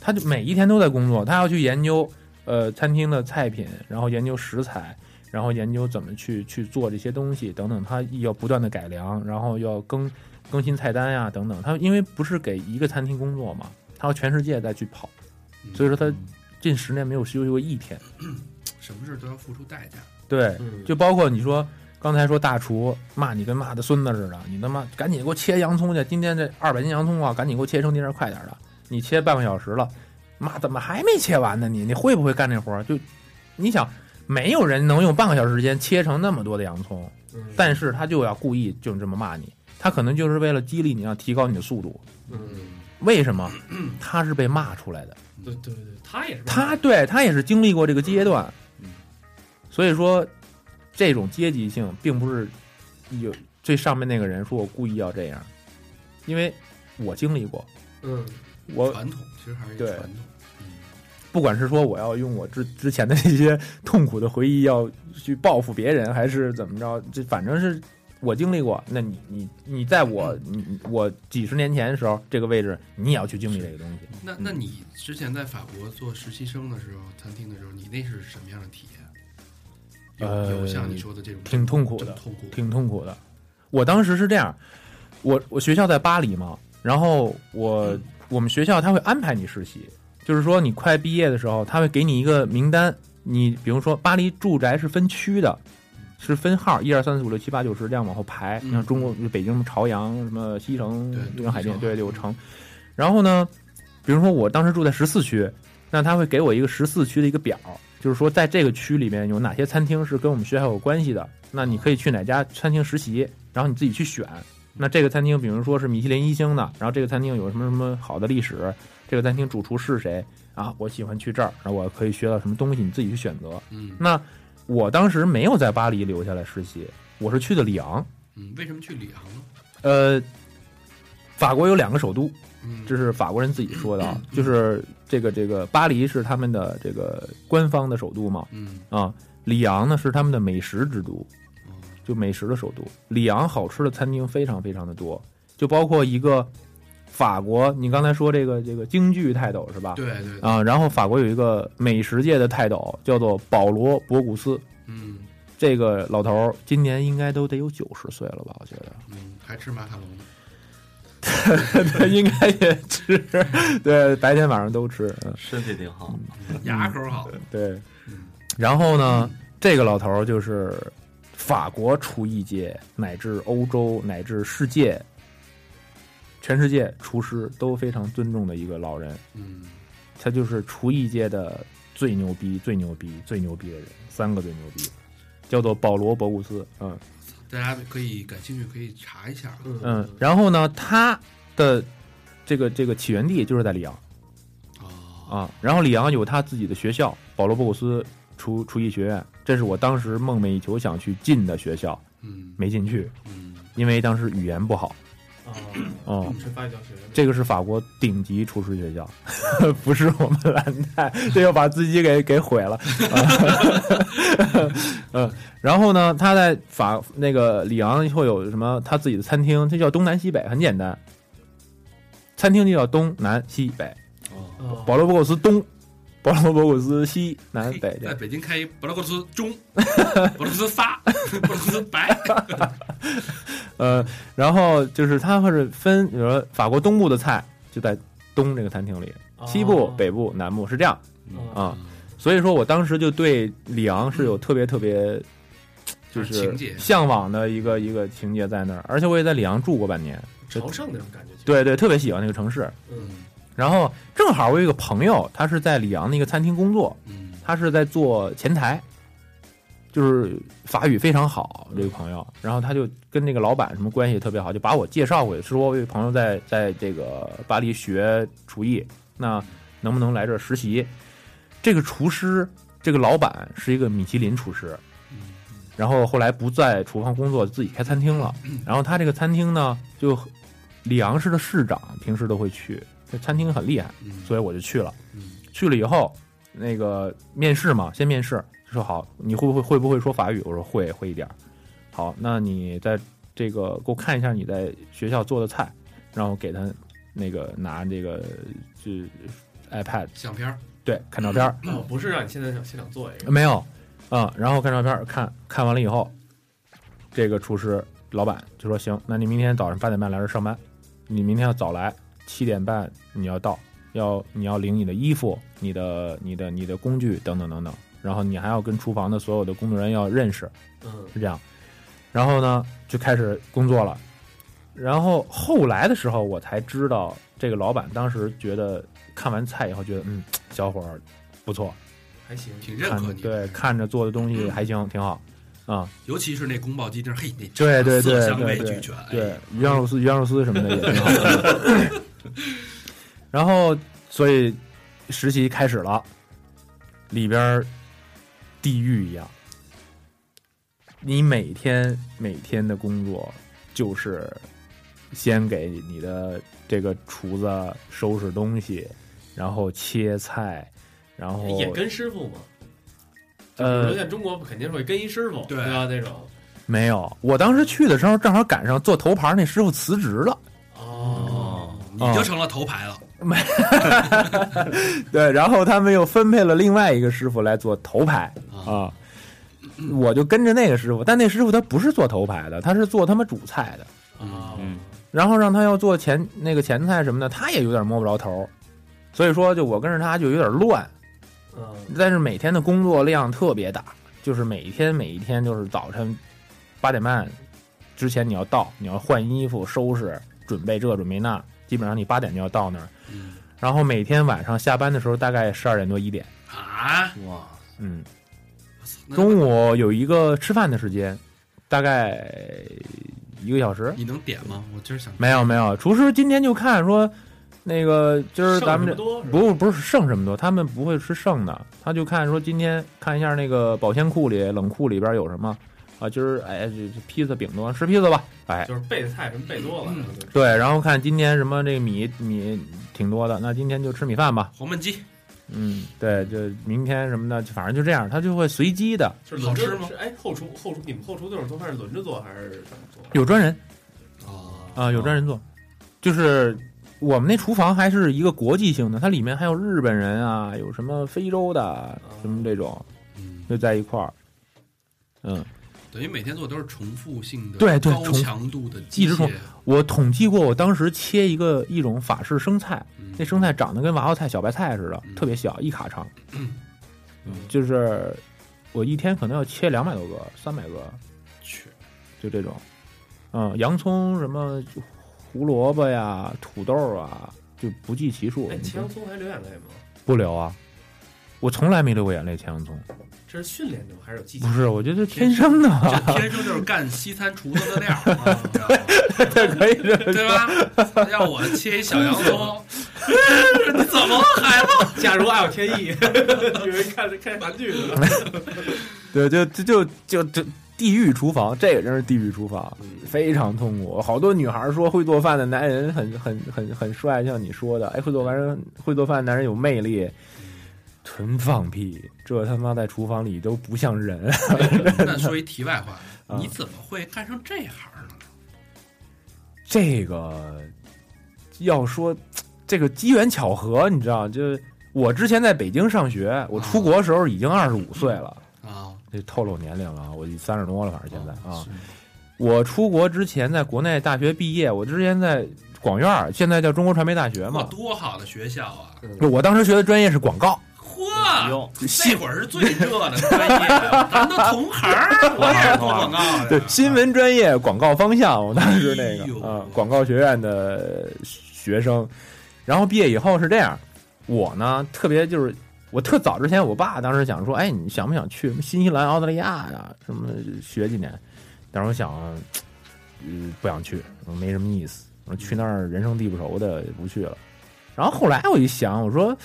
Speaker 5: 他就每一天都在工作，他要去研究呃餐厅的菜品，然后研究食材，然后研究怎么去去做这些东西等等，他要不断的改良，然后要更更新菜单呀、等等。他因为不是给一个餐厅工作嘛，他要全世界再去跑，
Speaker 3: 嗯
Speaker 5: 所以说他近十年没有休息过一天。
Speaker 3: 什么事儿都要付出代价。
Speaker 5: 对，
Speaker 2: 嗯
Speaker 5: 就包括你说刚才说大厨骂你跟骂他孙子似的，你他妈赶紧给我切洋葱去，今天这二百斤洋葱啊，赶紧给我切成丁儿，快点儿的。你切半个小时了，妈怎么还没切完呢你？你会不会干这活儿？就你想，没有人能用半个小时时间切成那么多的洋葱，
Speaker 2: 嗯
Speaker 5: 但是他就要故意就这么骂你，他可能就是为了激励你，要提高你的速度。
Speaker 2: 嗯，
Speaker 5: 为什么？他是被骂出来的。
Speaker 2: 对对对，他也是
Speaker 5: 他对他也是经历过这个阶段
Speaker 4: 嗯，
Speaker 5: 所以说这种阶级性并不是有最上面那个人说我故意要这样，因为我经历过，
Speaker 3: 嗯，
Speaker 5: 我
Speaker 3: 传统其实还是一
Speaker 5: 对
Speaker 3: 个传统，
Speaker 5: 不管是说我要用我之之前的一些痛苦的回忆要去报复别人，还是怎么着，这反正是我经历过。那你你你在我你你我几十年前的时候这个位置，你也要去经历这个东西。
Speaker 3: 那那你之前在法国做实习生的时候，餐厅的时候，你那是什么样的体验？有、
Speaker 5: 呃
Speaker 3: 有像你说的这种
Speaker 5: 挺痛苦的
Speaker 3: 这么痛苦
Speaker 5: 挺痛苦的。我当时是这样，我我学校在巴黎嘛，然后我、
Speaker 3: 嗯
Speaker 5: 我们学校他会安排你实习，就是说你快毕业的时候，他会给你一个名单，你比如说巴黎住宅是分区的，是分号一二三四五六七八九十这样往后排，
Speaker 3: 嗯
Speaker 5: 你像中国北京什么朝阳什么西城
Speaker 3: 对
Speaker 5: 什么海淀
Speaker 3: 东西城嗯
Speaker 5: 对柳城，然后呢，比如说我当时住在十四区，那他会给我一个十四区的一个表，就是说在这个区里面有哪些餐厅是跟我们学校有关系的，那你可以去哪家餐厅实习，然后你自己去选。那这个餐厅，比如说是米其林一星的，然后这个餐厅有什么什么好的历史，这个餐厅主厨是谁啊？我喜欢去这儿，然后我可以学到什么东西，你自己去选择。
Speaker 3: 嗯
Speaker 5: 那我当时没有在巴黎留下来实习，我是去的里昂。
Speaker 3: 嗯，为什么去里昂呢？
Speaker 5: 呃，法国有两个首都，
Speaker 3: 嗯，
Speaker 5: 这是法国人自己说的啊，就是这个这个巴黎是他们的这个官方的首都嘛，
Speaker 3: 嗯
Speaker 5: 啊，里昂呢是他们的美食之都，
Speaker 3: 哦
Speaker 5: 就美食的首都。里昂好吃的餐厅非常非常的多，就包括一个法国，你刚才说这个这个京剧泰斗是吧？
Speaker 3: 对对对，
Speaker 5: 啊，然后法国有一个美食界的泰斗叫做保罗·博古斯，
Speaker 3: 嗯
Speaker 5: 这个老头儿今年应该都得有九十岁了吧？我觉得。
Speaker 3: 嗯，还吃马卡龙呢。
Speaker 5: 他 应该也吃， 对，白天晚上都吃，嗯
Speaker 4: 身体挺好，
Speaker 3: 牙口好，
Speaker 5: 对
Speaker 3: 嗯。
Speaker 5: 然后呢，这个老头儿就是法国厨艺界乃至欧洲乃至世界，全世界厨师都非常尊重的一个老人，
Speaker 3: 嗯，
Speaker 5: 他就是厨艺界的最牛逼、最牛逼、最牛逼的人，三个最牛逼。叫做保罗·博古斯，嗯
Speaker 3: 大家可以感兴趣可以查一下。
Speaker 2: 嗯
Speaker 5: 嗯，然后呢，他的这个这个起源地就是在里昂，
Speaker 3: 哦，
Speaker 5: 啊，然后里昂有他自己的学校，保罗·博古斯厨厨艺学院，这是我当时梦寐以求想去进的学校，
Speaker 3: 嗯
Speaker 5: 没进去，
Speaker 3: 嗯，
Speaker 5: 因为当时语言不好。
Speaker 2: 啊，
Speaker 5: 哦、
Speaker 2: 是发教学的，
Speaker 5: 这个是法国顶级厨师学校， 不是我们蓝带， 这又把自己给给毁了。 嗯， 然后呢，他在法那个里昂会有什么他自己的餐厅，这叫东南西北，很简单，餐厅就叫东南西北，
Speaker 4: 哦，
Speaker 2: 哦
Speaker 5: 保罗·博古斯东， 保罗·博古斯西南北这样
Speaker 3: 哎在。北京开一博罗克斯中，博罗克斯发， 博罗克斯白，
Speaker 5: 呃，然后就是它会是分，比如说法国东部的菜就在东这个餐厅里，
Speaker 2: 哦
Speaker 5: 西部、北部、南部是这样啊。所以说我当时就对里昂是有特别特别就
Speaker 3: 情
Speaker 5: 是
Speaker 3: 节
Speaker 5: 向往的一个一个情节在那儿，而且我也在里昂住过半年，
Speaker 2: 朝圣那种感觉，，
Speaker 5: 对对，特别喜欢那个城市。
Speaker 2: 嗯
Speaker 5: 然后正好我有一个朋友，他是在里昂的一个餐厅工作，
Speaker 3: 嗯
Speaker 5: 他是在做前台，就是法语非常好这个朋友，然后他就跟那个老板什么关系也特别好，就把我介绍过去，说我有一个朋友在在这个巴黎学厨艺，那能不能来这儿实习？这个厨师，这个老板是一个米其林厨师，
Speaker 3: 嗯
Speaker 5: 然后后来不在厨房工作，自己开餐厅了。
Speaker 3: 嗯
Speaker 5: 然后他这个餐厅呢，就里昂市的市长平时都会去，这餐厅很厉害，
Speaker 3: 嗯，
Speaker 5: 所以我就去了。
Speaker 3: 嗯
Speaker 5: 去了以后，那个面试嘛，先面试，说好你会不会会不会说法语？我说会，会一点儿。好，那你在这个给我看一下你在学校做的菜，然后给他那个拿这个就 iPad
Speaker 3: 相片儿
Speaker 5: 对看照片儿，
Speaker 2: 哦，不是让你现在想现场做一个，
Speaker 5: 没有啊、然后看照片儿看看完了以后，这个厨师老板就说行，那你明天早上八点半来这儿上班，你明天要早来，七点半你要到，要你要领你的衣服、你的、你的、你的工具等等等等，然后你还要跟厨房的所有的工作人员要认识，
Speaker 2: 嗯
Speaker 5: 是这样。然后呢，就开始工作了。然后后来的时候，我才知道这个老板当时觉得看完菜以后觉得，嗯，小伙儿不错，
Speaker 2: 还行，
Speaker 3: 挺认
Speaker 5: 看
Speaker 3: 可
Speaker 5: 着
Speaker 3: 你啊
Speaker 5: 对
Speaker 3: 的，
Speaker 5: 看着做的东
Speaker 2: 嗯
Speaker 5: 西还行，挺好啊。
Speaker 3: 尤其是那宫保鸡丁，嘿，那
Speaker 5: 对对对
Speaker 3: 色香
Speaker 5: 对
Speaker 3: 味
Speaker 5: 对
Speaker 3: 俱全，哎
Speaker 5: 对，鱼香肉丝、鱼香肉丝什么的也挺好的。 然后，所以实习开始了，里边儿地狱一样，你每天每天的工作就是先给你的这个厨子收拾东西，然后切菜，然后
Speaker 2: 也跟师傅嘛。就比如说
Speaker 5: 哦呃
Speaker 2: 像中国肯定会跟一师傅，
Speaker 3: 对
Speaker 2: 对吧？那种
Speaker 5: 没有，我当时去的时候正好赶上做头牌那师傅辞职了。
Speaker 2: 哦，
Speaker 3: 你
Speaker 5: 嗯
Speaker 3: 就成了头牌了。
Speaker 5: 对，然后他们又分配了另外一个师傅来做头牌啊，我就跟着那个师傅，但那师傅他不是做头牌的，他是做他妈主菜的，
Speaker 2: 啊，
Speaker 4: 嗯
Speaker 5: 然后让他要做前那个前菜什么的，他也有点摸不着头儿，所以说就我跟着他就有点乱，
Speaker 2: 嗯
Speaker 5: 但是每天的工作量特别大，就是每一天每一天就是早晨八点半之前你要到，你要换衣服、收拾、准备这准备那，基本上你八点就要到那儿，
Speaker 3: 嗯
Speaker 5: 然后每天晚上下班的时候大概十二点多一点，
Speaker 3: 啊，
Speaker 2: 哇，
Speaker 5: 嗯。
Speaker 3: 我操那
Speaker 5: 中午有一个吃饭的时间，大概一个小时。
Speaker 3: 你能点吗？我今儿想
Speaker 5: 没有没有，厨师今天就看说，那个今儿咱们这
Speaker 2: 这
Speaker 5: 不不是剩什么多，他们不会吃剩的，他就看说今天看一下那个保鲜库里、冷库里边有什么啊，今儿哎这这披萨饼多，吃披萨吧，哎
Speaker 2: 就是备的菜什么备多了，
Speaker 3: 嗯
Speaker 2: 然后就
Speaker 5: 对，然后看今天什么这个米米挺多的，那今天就吃米饭吧，
Speaker 3: 黄焖鸡，
Speaker 5: 嗯，对，就明天什么的，反正就这样，他就会随机的，
Speaker 2: 就是轮着
Speaker 3: 好吃吗
Speaker 2: 是哎，后厨后厨，你们后厨那种做饭是轮着做还是怎么做？
Speaker 5: 有专人。
Speaker 2: 啊
Speaker 5: 啊，有专人做，就是我们那厨房还是一个国际性的，它里面还有日本人啊，有什么非洲的，什么这种，
Speaker 3: 嗯，
Speaker 5: 就在一块儿。嗯，
Speaker 3: 等于每天做都是重复性的、
Speaker 5: 对对
Speaker 3: 高
Speaker 5: 重
Speaker 3: 强度的机
Speaker 5: 一直重
Speaker 3: 械，
Speaker 5: 我统计过，我当时切一个一种法式生菜，
Speaker 3: 嗯
Speaker 5: 那生菜长得跟娃娃菜、小白菜似的
Speaker 3: 嗯，
Speaker 5: 特别小，一卡长。
Speaker 3: 嗯
Speaker 5: 就是我一天可能要切两百多个、三百个，
Speaker 3: 去
Speaker 5: 就这种。嗯，洋葱什么胡萝卜呀、土豆啊，就不计其数。
Speaker 2: 哎，
Speaker 5: 你
Speaker 2: 切
Speaker 5: 就
Speaker 2: 洋葱还流眼泪吗？
Speaker 5: 不流啊，我从来没流过眼泪。切洋葱
Speaker 2: 这是训练的吗？还是有技 巧
Speaker 5: 不？是，我觉得天生的吧，
Speaker 3: 这天生就是干西餐厨子的料儿， 啊你知道吗
Speaker 5: 这可以这
Speaker 3: 对吧？让我切一小洋葱，你怎么了，孩 子？
Speaker 2: 假如爱有天意， 以为看看韩剧呢。
Speaker 5: 对，就就就就这地狱厨房，这个真是地狱厨房，非常痛苦。好多女孩说会做饭的男人很很很很帅，像你说的，哎，会做完人会做饭的男人有魅力，纯放屁，这他妈在厨房里都不像人。
Speaker 3: 那说一题外话，
Speaker 5: 嗯
Speaker 3: 你怎么会干上这行呢？
Speaker 5: 这个要说这个机缘巧合，你知道，就是我之前在北京上学，我出国时候已经二十五岁了，
Speaker 3: 啊，
Speaker 5: 这透露年龄了啊，我三十多了，反正现在啊
Speaker 3: 是。
Speaker 5: 我出国之前，在国内大学毕业，我之前在广院儿，现在叫中国传媒大学
Speaker 3: 我
Speaker 5: 嘛。
Speaker 3: 多好的学校啊！
Speaker 5: 我当时学的专业是广告，
Speaker 3: 嚯啊
Speaker 4: 哟，
Speaker 3: 那会儿是最热的专业，咱都同行儿，我也是做广告的。
Speaker 5: 对新闻专业广告方向，我当时那
Speaker 3: 哎
Speaker 5: 个
Speaker 3: 呦
Speaker 5: 啊、广告学院的学生，然后毕业以后是这样，我呢特别就是我特早之前，我爸当时想说，哎，你想不想去什么新西兰、澳大利亚呀、什么学几年？但是我想，嗯、不想去，没什么意思，我说去那儿人生地不熟的，不去了。然后后来我一想，我说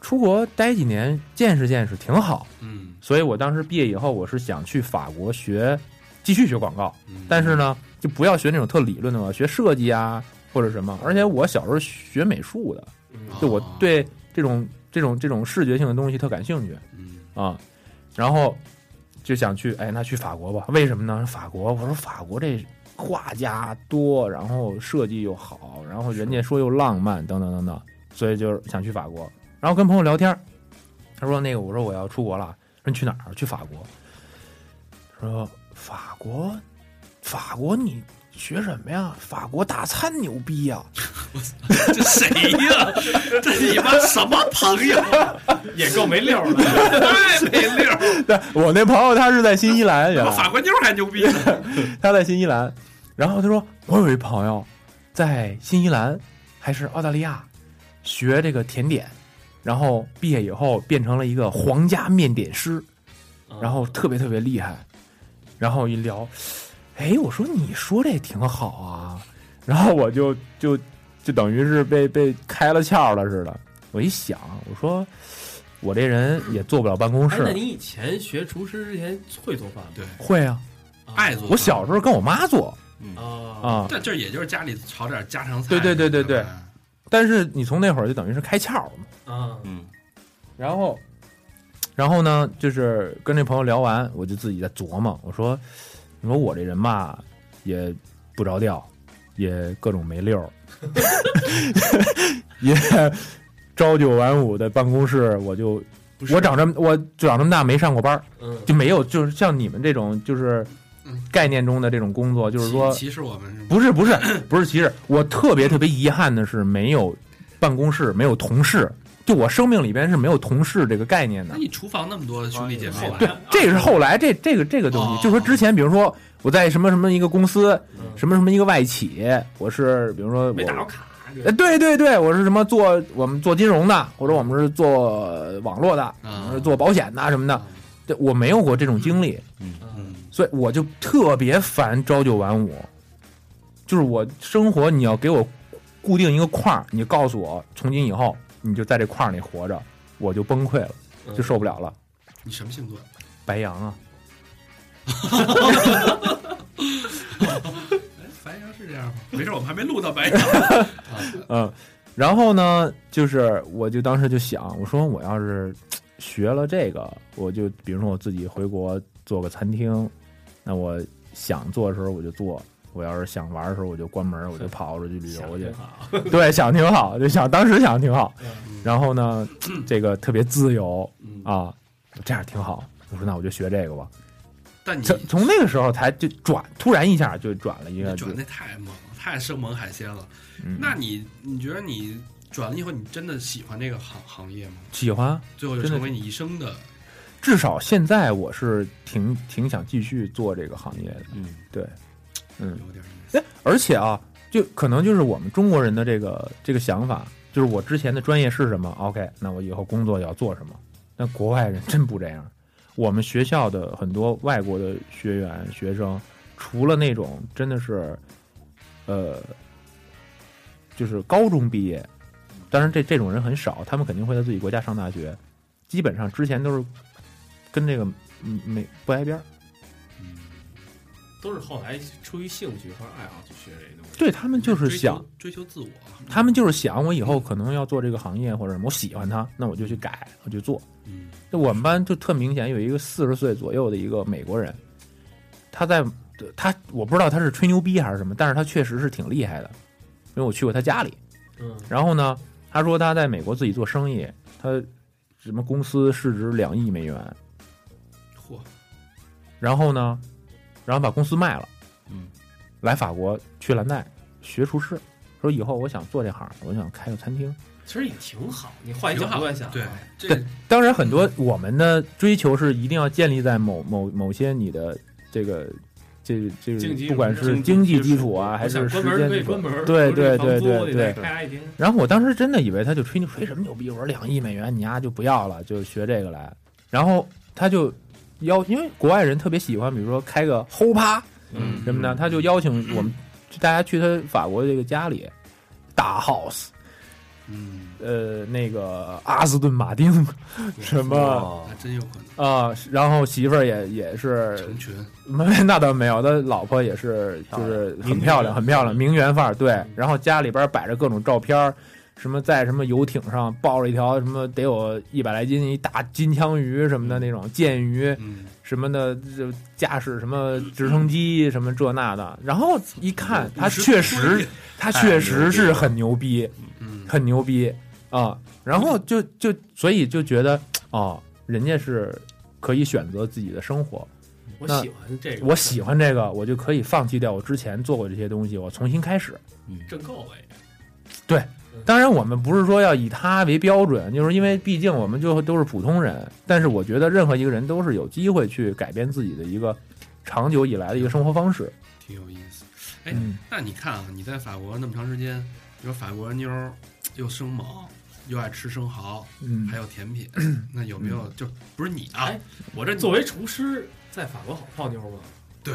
Speaker 5: 出国待几年，见识见识挺好。
Speaker 3: 嗯，
Speaker 5: 所以我当时毕业以后，我是想去法国学，继续学广告，
Speaker 3: 嗯
Speaker 5: 但是呢，就不要学那种特理论的嘛，学设计啊或者什么。而且我小时候学美术的，
Speaker 2: 嗯
Speaker 5: 就我
Speaker 3: 哦
Speaker 5: 对这种这种这种视觉性的东西特感兴趣
Speaker 3: 嗯
Speaker 5: 啊，然后就想去，哎，那去法国吧？为什么呢？法国，我说法国这画家多，然后设计又好，然后人家说又浪漫，等等等等，所以就是想去法国。然后跟朋友聊天儿，他说那个，我说我要出国了，说你去哪儿？去法国。说法国，法国你学什么呀？法国大餐牛逼啊呀、
Speaker 3: 这谁呀？这你妈什么朋 友？
Speaker 2: 也够没溜儿的。
Speaker 3: 太 没溜儿，
Speaker 5: 对， 我那朋友他是在新西兰，
Speaker 3: 比
Speaker 5: 原来
Speaker 3: 法国妞儿还牛逼呢。
Speaker 5: 他在新西兰，然后他说我有一朋友在新西兰还是澳大利亚学这个甜点，然后毕业以后变成了一个皇家面点师，
Speaker 2: 啊
Speaker 5: 然后特别特别厉害，然后一聊，哎，我说你说这挺好啊，然后我就就就等于是被被开了窍了似的。我一想，我说我这人也坐不了办公
Speaker 2: 哎，那
Speaker 5: 室，
Speaker 2: 你以前学厨师之前会做饭吗？
Speaker 3: 对
Speaker 5: 会啊，
Speaker 3: 爱做饭。
Speaker 5: 我小时候跟我妈做
Speaker 2: 啊
Speaker 5: 啊，
Speaker 3: 但这也就是家里炒点家常菜。
Speaker 5: 对对对对对
Speaker 3: 是吧
Speaker 5: 但是你从那会儿就等于是开窍了嘛。
Speaker 2: 啊
Speaker 4: 嗯，
Speaker 5: 然后，然后呢，就是跟这朋友聊完，我就自己在琢磨，我说，你说我这人吧，也不着调，也各种没溜儿，也朝九晚五的办公室，我就
Speaker 2: 不是
Speaker 5: 我长这么我长这么大没上过班儿，
Speaker 2: 嗯，
Speaker 5: 就没有就是像你们这种就是
Speaker 3: 嗯
Speaker 5: 概念中的这种工作，就是
Speaker 3: 歧
Speaker 5: 说
Speaker 3: 歧视我们是吗？
Speaker 5: 不是不是 不是歧视，我特别特别遗憾的是没有办公室，没有同事。就我生命里边是没有同事这个概念的
Speaker 3: 那，你厨房那么多兄弟姐妹吧，
Speaker 2: 啊
Speaker 5: 这是后来这这个这个东
Speaker 3: 哦
Speaker 5: 西，就说之前，比如说我在什么什么一个公司，
Speaker 2: 嗯
Speaker 5: 什么什么一个外企，我是比如说
Speaker 2: 没啊打过
Speaker 5: 我，
Speaker 2: 卡，
Speaker 5: 呃，对对对，我是什么做我们做金融的，或者我们是做网络的，我们是做保险的什么的，对我没有过这种经历，
Speaker 2: 嗯
Speaker 3: 嗯，
Speaker 5: 所以我就特别烦朝九晚五，就是我生活你要给我固定一个框儿，你就告诉我从今以后你就在这框儿里活着，我就崩溃了，
Speaker 2: 嗯
Speaker 5: 就受不了了。
Speaker 3: 你什么星座？
Speaker 5: 白羊啊，
Speaker 3: 哎，白羊是这样吗？ 没事，我们还没录到白 羊。啊
Speaker 5: 嗯，然后呢，就是我就当时就想，我说我要是学了这个，我就比如说我自己回国做个餐厅，那我想做的时候我就做，我要是想玩的时候我就关门，我就跑出去旅游去。
Speaker 2: 啊
Speaker 5: 对，想挺好，就想当时想挺好。然后呢，这个特别自由
Speaker 2: 嗯
Speaker 5: 啊，这样挺好。我说那我就学这个吧。
Speaker 3: 但你
Speaker 5: 从从那个时候才就转，突然一下就转了一个
Speaker 3: 你，转那太猛，太生猛海鲜了。
Speaker 5: 嗯
Speaker 3: 那你你觉得你转了以后，你真的喜欢这个行行业吗？
Speaker 5: 喜欢。
Speaker 3: 最后就
Speaker 5: 真的
Speaker 3: 成为你一生的
Speaker 5: 至少现在我是挺挺想继续做这个行业的。
Speaker 4: 嗯，
Speaker 5: 对，嗯，
Speaker 3: 有点意思。
Speaker 5: 而且啊，就可能就是我们中国人的这个这个想法，就是我之前的专业是什么，OK，那我以后工作要做什么。但国外人 真不这样，我们学校的很多外国的学员学生，除了那种真的是，呃，就是高中毕业，当然这这种人很少，他们肯定会在自己国家上大学，基本上之前都是跟这个嗯没不挨边儿。
Speaker 2: 都是后来出于兴趣和爱好去学这东西。
Speaker 5: 对他们就是想
Speaker 3: 追求追求自我，
Speaker 5: 他们就是想我以后可能要做这个行业或者什么，我喜欢它，那我就去改，我去做。
Speaker 3: 嗯，
Speaker 5: 就我们班就特明显有一个四十岁左右的一个美国人，他在他我不知道他是吹牛逼还是什么，但是他确实是挺厉害的，因为我去过他家里。
Speaker 2: 嗯
Speaker 5: 然后呢，他说他在美国自己做生意，他什么公司市值两亿美元，
Speaker 3: 嚯，
Speaker 5: 然后呢，然后把公司卖了，
Speaker 4: 嗯，
Speaker 5: 来法国去蓝带学厨师，说以后我想做这行，我想开个餐厅。
Speaker 2: 其实也挺好，你换一角
Speaker 3: 挺好
Speaker 2: 度来
Speaker 5: 啊
Speaker 2: 想，啊
Speaker 3: 对，这
Speaker 5: 对当然，很多我们的追求是一定要建立在某某某些你的这个这这
Speaker 2: 经济
Speaker 5: 个，不管是
Speaker 4: 经
Speaker 5: 经
Speaker 4: 济
Speaker 5: 济
Speaker 4: 基
Speaker 5: 基
Speaker 4: 础
Speaker 5: 础啊，还
Speaker 2: 我想
Speaker 5: 是时
Speaker 2: 关门
Speaker 5: 间
Speaker 2: 可
Speaker 5: 基
Speaker 2: 以
Speaker 5: 础
Speaker 2: 关。门，
Speaker 5: 对对
Speaker 2: 不是
Speaker 5: 对
Speaker 2: 房租你
Speaker 5: 对
Speaker 2: 得
Speaker 5: 对
Speaker 2: 开一天，
Speaker 5: 然后我当时真的以为他就吹牛吹什么牛逼，我说两亿美元你丫、就不要了，就学这个来。然后他就邀，因为国外人特别喜欢，比如说开个轰趴
Speaker 4: 嗯
Speaker 5: 什么的，他就邀请我们
Speaker 3: 嗯
Speaker 5: 大家去他法国的这个家里，大 house，
Speaker 3: 嗯，
Speaker 5: 呃，那个阿斯顿马丁， 什么
Speaker 4: 哦
Speaker 3: 还真有可能
Speaker 5: 啊、然后媳妇儿也也是
Speaker 3: 成群，
Speaker 5: 没， 那倒没有，他老婆也是，就是很漂亮，很漂亮，名媛范儿。对，然后家里边摆着各种照片儿，什么在什么游艇上抱着一条什么得有一百来斤一大金枪鱼什么的那种剑鱼
Speaker 3: 嗯，
Speaker 5: 什么的，就驾驶什么直升机什么这那的。然后一看，他确实，，他确实是很牛逼，
Speaker 3: 嗯，
Speaker 5: 很牛逼啊。然后就就所以就觉得哦，人家是可以选择自己的生活。
Speaker 2: 我
Speaker 5: 那
Speaker 2: 喜欢这个，
Speaker 5: 我喜欢这个，我就可以放弃掉我之前做过这些东西，我重新开始。
Speaker 2: 挣够哎了也，
Speaker 5: 当然，我们不是说要以它为标准，就是因为毕竟我们就都是普通人。但是我觉得任何一个人都是有机会去改变自己的一个长久以来的一个生活方式。
Speaker 3: 挺有意思。哎
Speaker 5: 嗯，
Speaker 3: 那你看啊，你在法国那么长时间，你说法国妞儿又生猛，又爱吃生蚝，
Speaker 5: 嗯
Speaker 3: 还，有甜 品，那有没有就不是你啊
Speaker 2: 哎？
Speaker 3: 我这
Speaker 2: 作为厨师，在法国好泡妞吗？
Speaker 3: 对，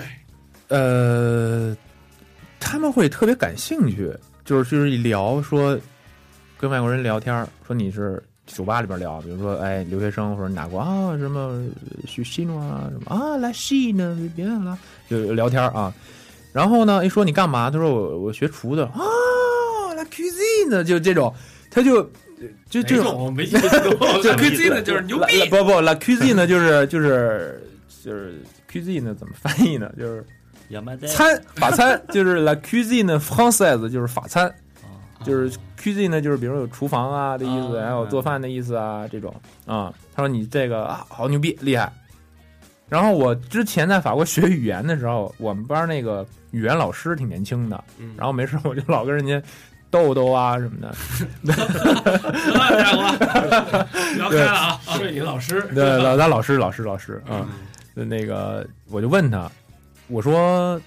Speaker 5: 呃，他们会特别感兴趣，就是就是一聊说跟外国人聊天儿，说你是酒吧里边聊，比如说哎留学生或者哪国啊什么去西诺啊什么啊来西呢别人了就聊天啊，然后呢一说你干嘛，他说我我学厨的啊来 cuisine 就这种，他就就这
Speaker 2: 这
Speaker 5: 种。
Speaker 2: 种没听过，
Speaker 3: 这
Speaker 4: 什么意
Speaker 3: Q
Speaker 4: 思
Speaker 3: Z 呢就是哎牛逼
Speaker 5: 来，不不，la cuisine 呢就是就是就是 cuisine 呢怎么翻译呢？就是
Speaker 4: 也卖蛋
Speaker 5: 餐法餐，就是 la cuisine française 就是法餐，
Speaker 4: 啊，
Speaker 5: 就是 cuisine 呢就是比如有厨房啊的意思，
Speaker 4: 啊
Speaker 5: 还有做饭的意思啊这种啊。他说你这个啊好牛逼厉害。然后我之前在法国学语言的时候，我们班那个语言老师挺年轻的，
Speaker 3: 嗯
Speaker 5: 然后没事我就老跟人家逗逗啊什么的，
Speaker 3: 得了，家伙，聊开了啊！
Speaker 2: 是你老师，
Speaker 5: 对，老当老师老师老师
Speaker 2: 嗯
Speaker 5: 啊。那个我就问他，我说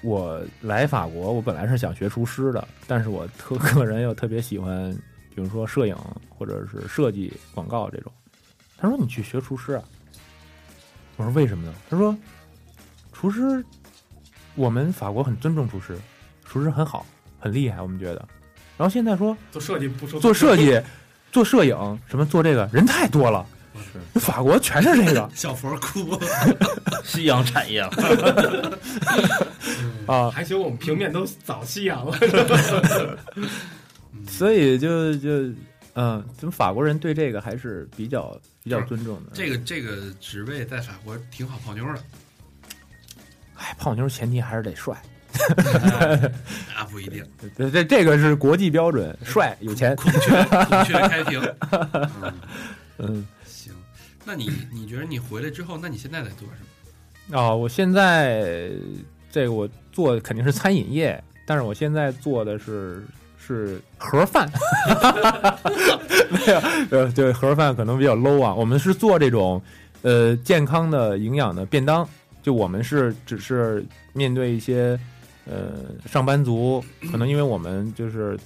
Speaker 5: 我来法国，我本来是想学厨师的，但是我特个人又特别喜欢，比如说摄影或者是设计、广告这种。他说你去学厨师啊？我说为什么呢？他说厨师，我们法国很尊重厨师，厨师很好，很厉害，我们觉得。然后现在说
Speaker 2: 做设计不说
Speaker 5: 做设，计、做摄影什么做这个人太多了，法国全是这个。
Speaker 3: 小佛哭，
Speaker 4: 夕阳产业了，
Speaker 5: 啊
Speaker 2: 还行，我们平面都早夕阳了，
Speaker 5: 所以就就嗯，咱们法国人对这个还是比较比较尊重的。
Speaker 3: 这个这个职位在法国挺好泡妞的
Speaker 5: 哎，泡妞前提还是得帅，
Speaker 3: 那不一定，
Speaker 5: 这这这个是国际标准，帅有钱。
Speaker 3: 孔雀孔雀开 屏。嗯
Speaker 5: 嗯
Speaker 3: 行，那你你觉得你回来之后，那你现在在做什么？
Speaker 5: 啊、我现在呃这个我做肯定是餐饮业，但是我现在做的是是盒饭， 没有呃对盒饭可能比较 low 啊。我们是做这种呃健康的营养的便当，就我们是只是面对一些呃上班族，可能因为我们就是。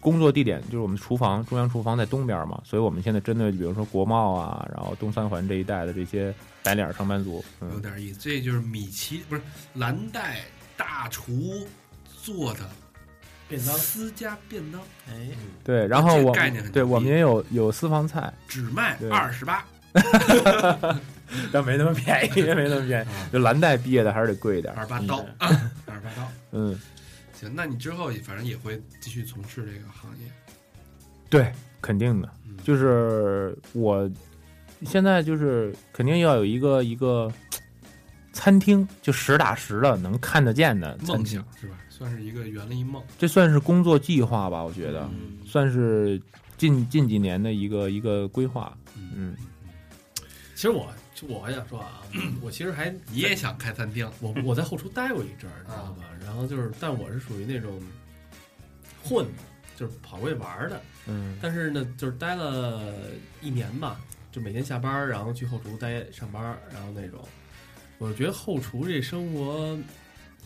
Speaker 5: 工作地点就是我们厨房，中央厨房在东边嘛，所以我们现在针对比如说国贸啊，然后东三环这一带的这些白领上班族，嗯
Speaker 3: 有，点意思，这就是米奇不是蓝带大厨做的
Speaker 2: 变脏，
Speaker 3: 私家便当，
Speaker 4: 哎，
Speaker 5: 对，然后
Speaker 3: 这个
Speaker 5: 我
Speaker 3: 概
Speaker 5: 们
Speaker 3: 念很
Speaker 5: 对
Speaker 3: 牛逼
Speaker 5: 我们也有有私房菜，
Speaker 3: 只卖
Speaker 5: 对
Speaker 3: 二十八。
Speaker 5: 但没那么便宜，没那么便宜。
Speaker 3: 嗯
Speaker 5: 就蓝带毕业的还是得贵一点
Speaker 3: 二。十八嗯刀，啊二十八 刀。
Speaker 5: 嗯，
Speaker 3: 行，那你之后也反正也会继续从事这个行业。
Speaker 5: 对，肯定的，
Speaker 3: 嗯
Speaker 5: 就是我现在就是肯定要有一个一个餐厅，就实打实的能看得见的餐
Speaker 3: 梦
Speaker 5: 厅
Speaker 3: 想，是吧？算是一个圆了一梦。
Speaker 5: 这算是工作计划吧？我觉得、
Speaker 3: 嗯
Speaker 5: 算是近近几年的一个一个规划。嗯，
Speaker 2: 其实我就我还想说 啊，我其实还
Speaker 3: 你也想开餐厅？啊
Speaker 2: 我我在后厨待过一阵儿，你知道吧？然后就是，但我是属于那种混的，就是跑过去玩儿的。
Speaker 5: 嗯
Speaker 2: 但是呢，就是待了一年吧，就每天下班儿，然后去后厨待上班儿，然后那种，我觉得后厨这生活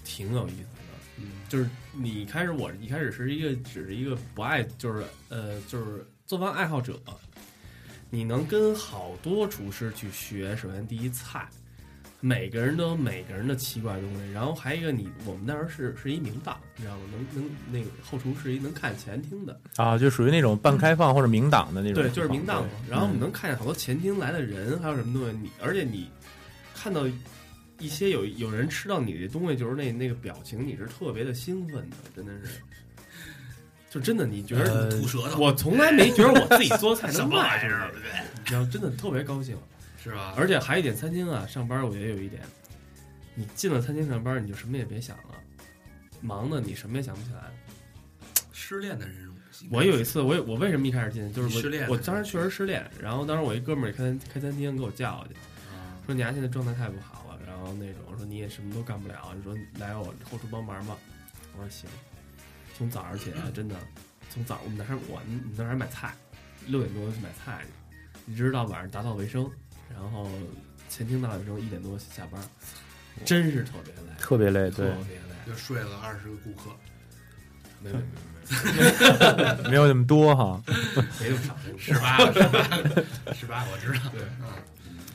Speaker 2: 挺有意思的。
Speaker 3: 嗯
Speaker 2: 就是你开始我一开始是一个只是一个不爱就是呃就是做饭爱好者，你能跟好多厨师去学，首先第一菜，每个人都有每个人的奇怪的东西，然后还有一个你我们那时候是是一名档，你知道吗？能能那个后厨是一能看前厅的，
Speaker 5: 啊，就属于那种半开放或者明档的那种。
Speaker 2: 对，就是明档嘛。然后我们
Speaker 5: 嗯
Speaker 2: 能看见好多前厅来的人，还有什么东西，你而且你看到一些有有人吃到你的东西，就是那那个表情，你是特别的兴奋的，真的是，就真的你觉得
Speaker 5: 呃
Speaker 2: 你
Speaker 3: 吐 舌头
Speaker 2: 我从来没觉得呃我自己做菜
Speaker 3: 什
Speaker 2: 能
Speaker 3: 么
Speaker 2: 卖
Speaker 3: 玩意
Speaker 2: 出
Speaker 3: 儿
Speaker 2: 去，你知道，真的特别高兴。
Speaker 3: 是吧？
Speaker 2: 而且还有一点，餐厅啊，上班我觉得有一点，你进了餐厅上班，你就什么也别想了，忙的你什么也想不起来。
Speaker 3: 失恋的人，
Speaker 2: 我有一次，我有我为什么一开始进，就是我
Speaker 3: 失恋
Speaker 2: 我当时确实失恋，然后当时我一哥们儿也开餐开餐厅给我叫过去，
Speaker 3: 啊
Speaker 2: 说你丫、现在状态太不好了，然后那种说你也什么都干不了，你说来我后厨帮忙吧，我说行，从早上起来真的，从早我们那还我们那还买菜，六点多就去买菜去，一直到晚上打扫卫生，然后前厅打扫卫生一点多下班，真是特别累，
Speaker 5: 特别累，
Speaker 2: 特
Speaker 5: 对，
Speaker 3: 哦
Speaker 2: 别累，
Speaker 3: 就睡了二十个顾客，
Speaker 2: 没有没有没
Speaker 5: 没有那么多哈。
Speaker 2: 有没那么少，
Speaker 3: 十八个，十八个，十八个，我知道。
Speaker 2: 对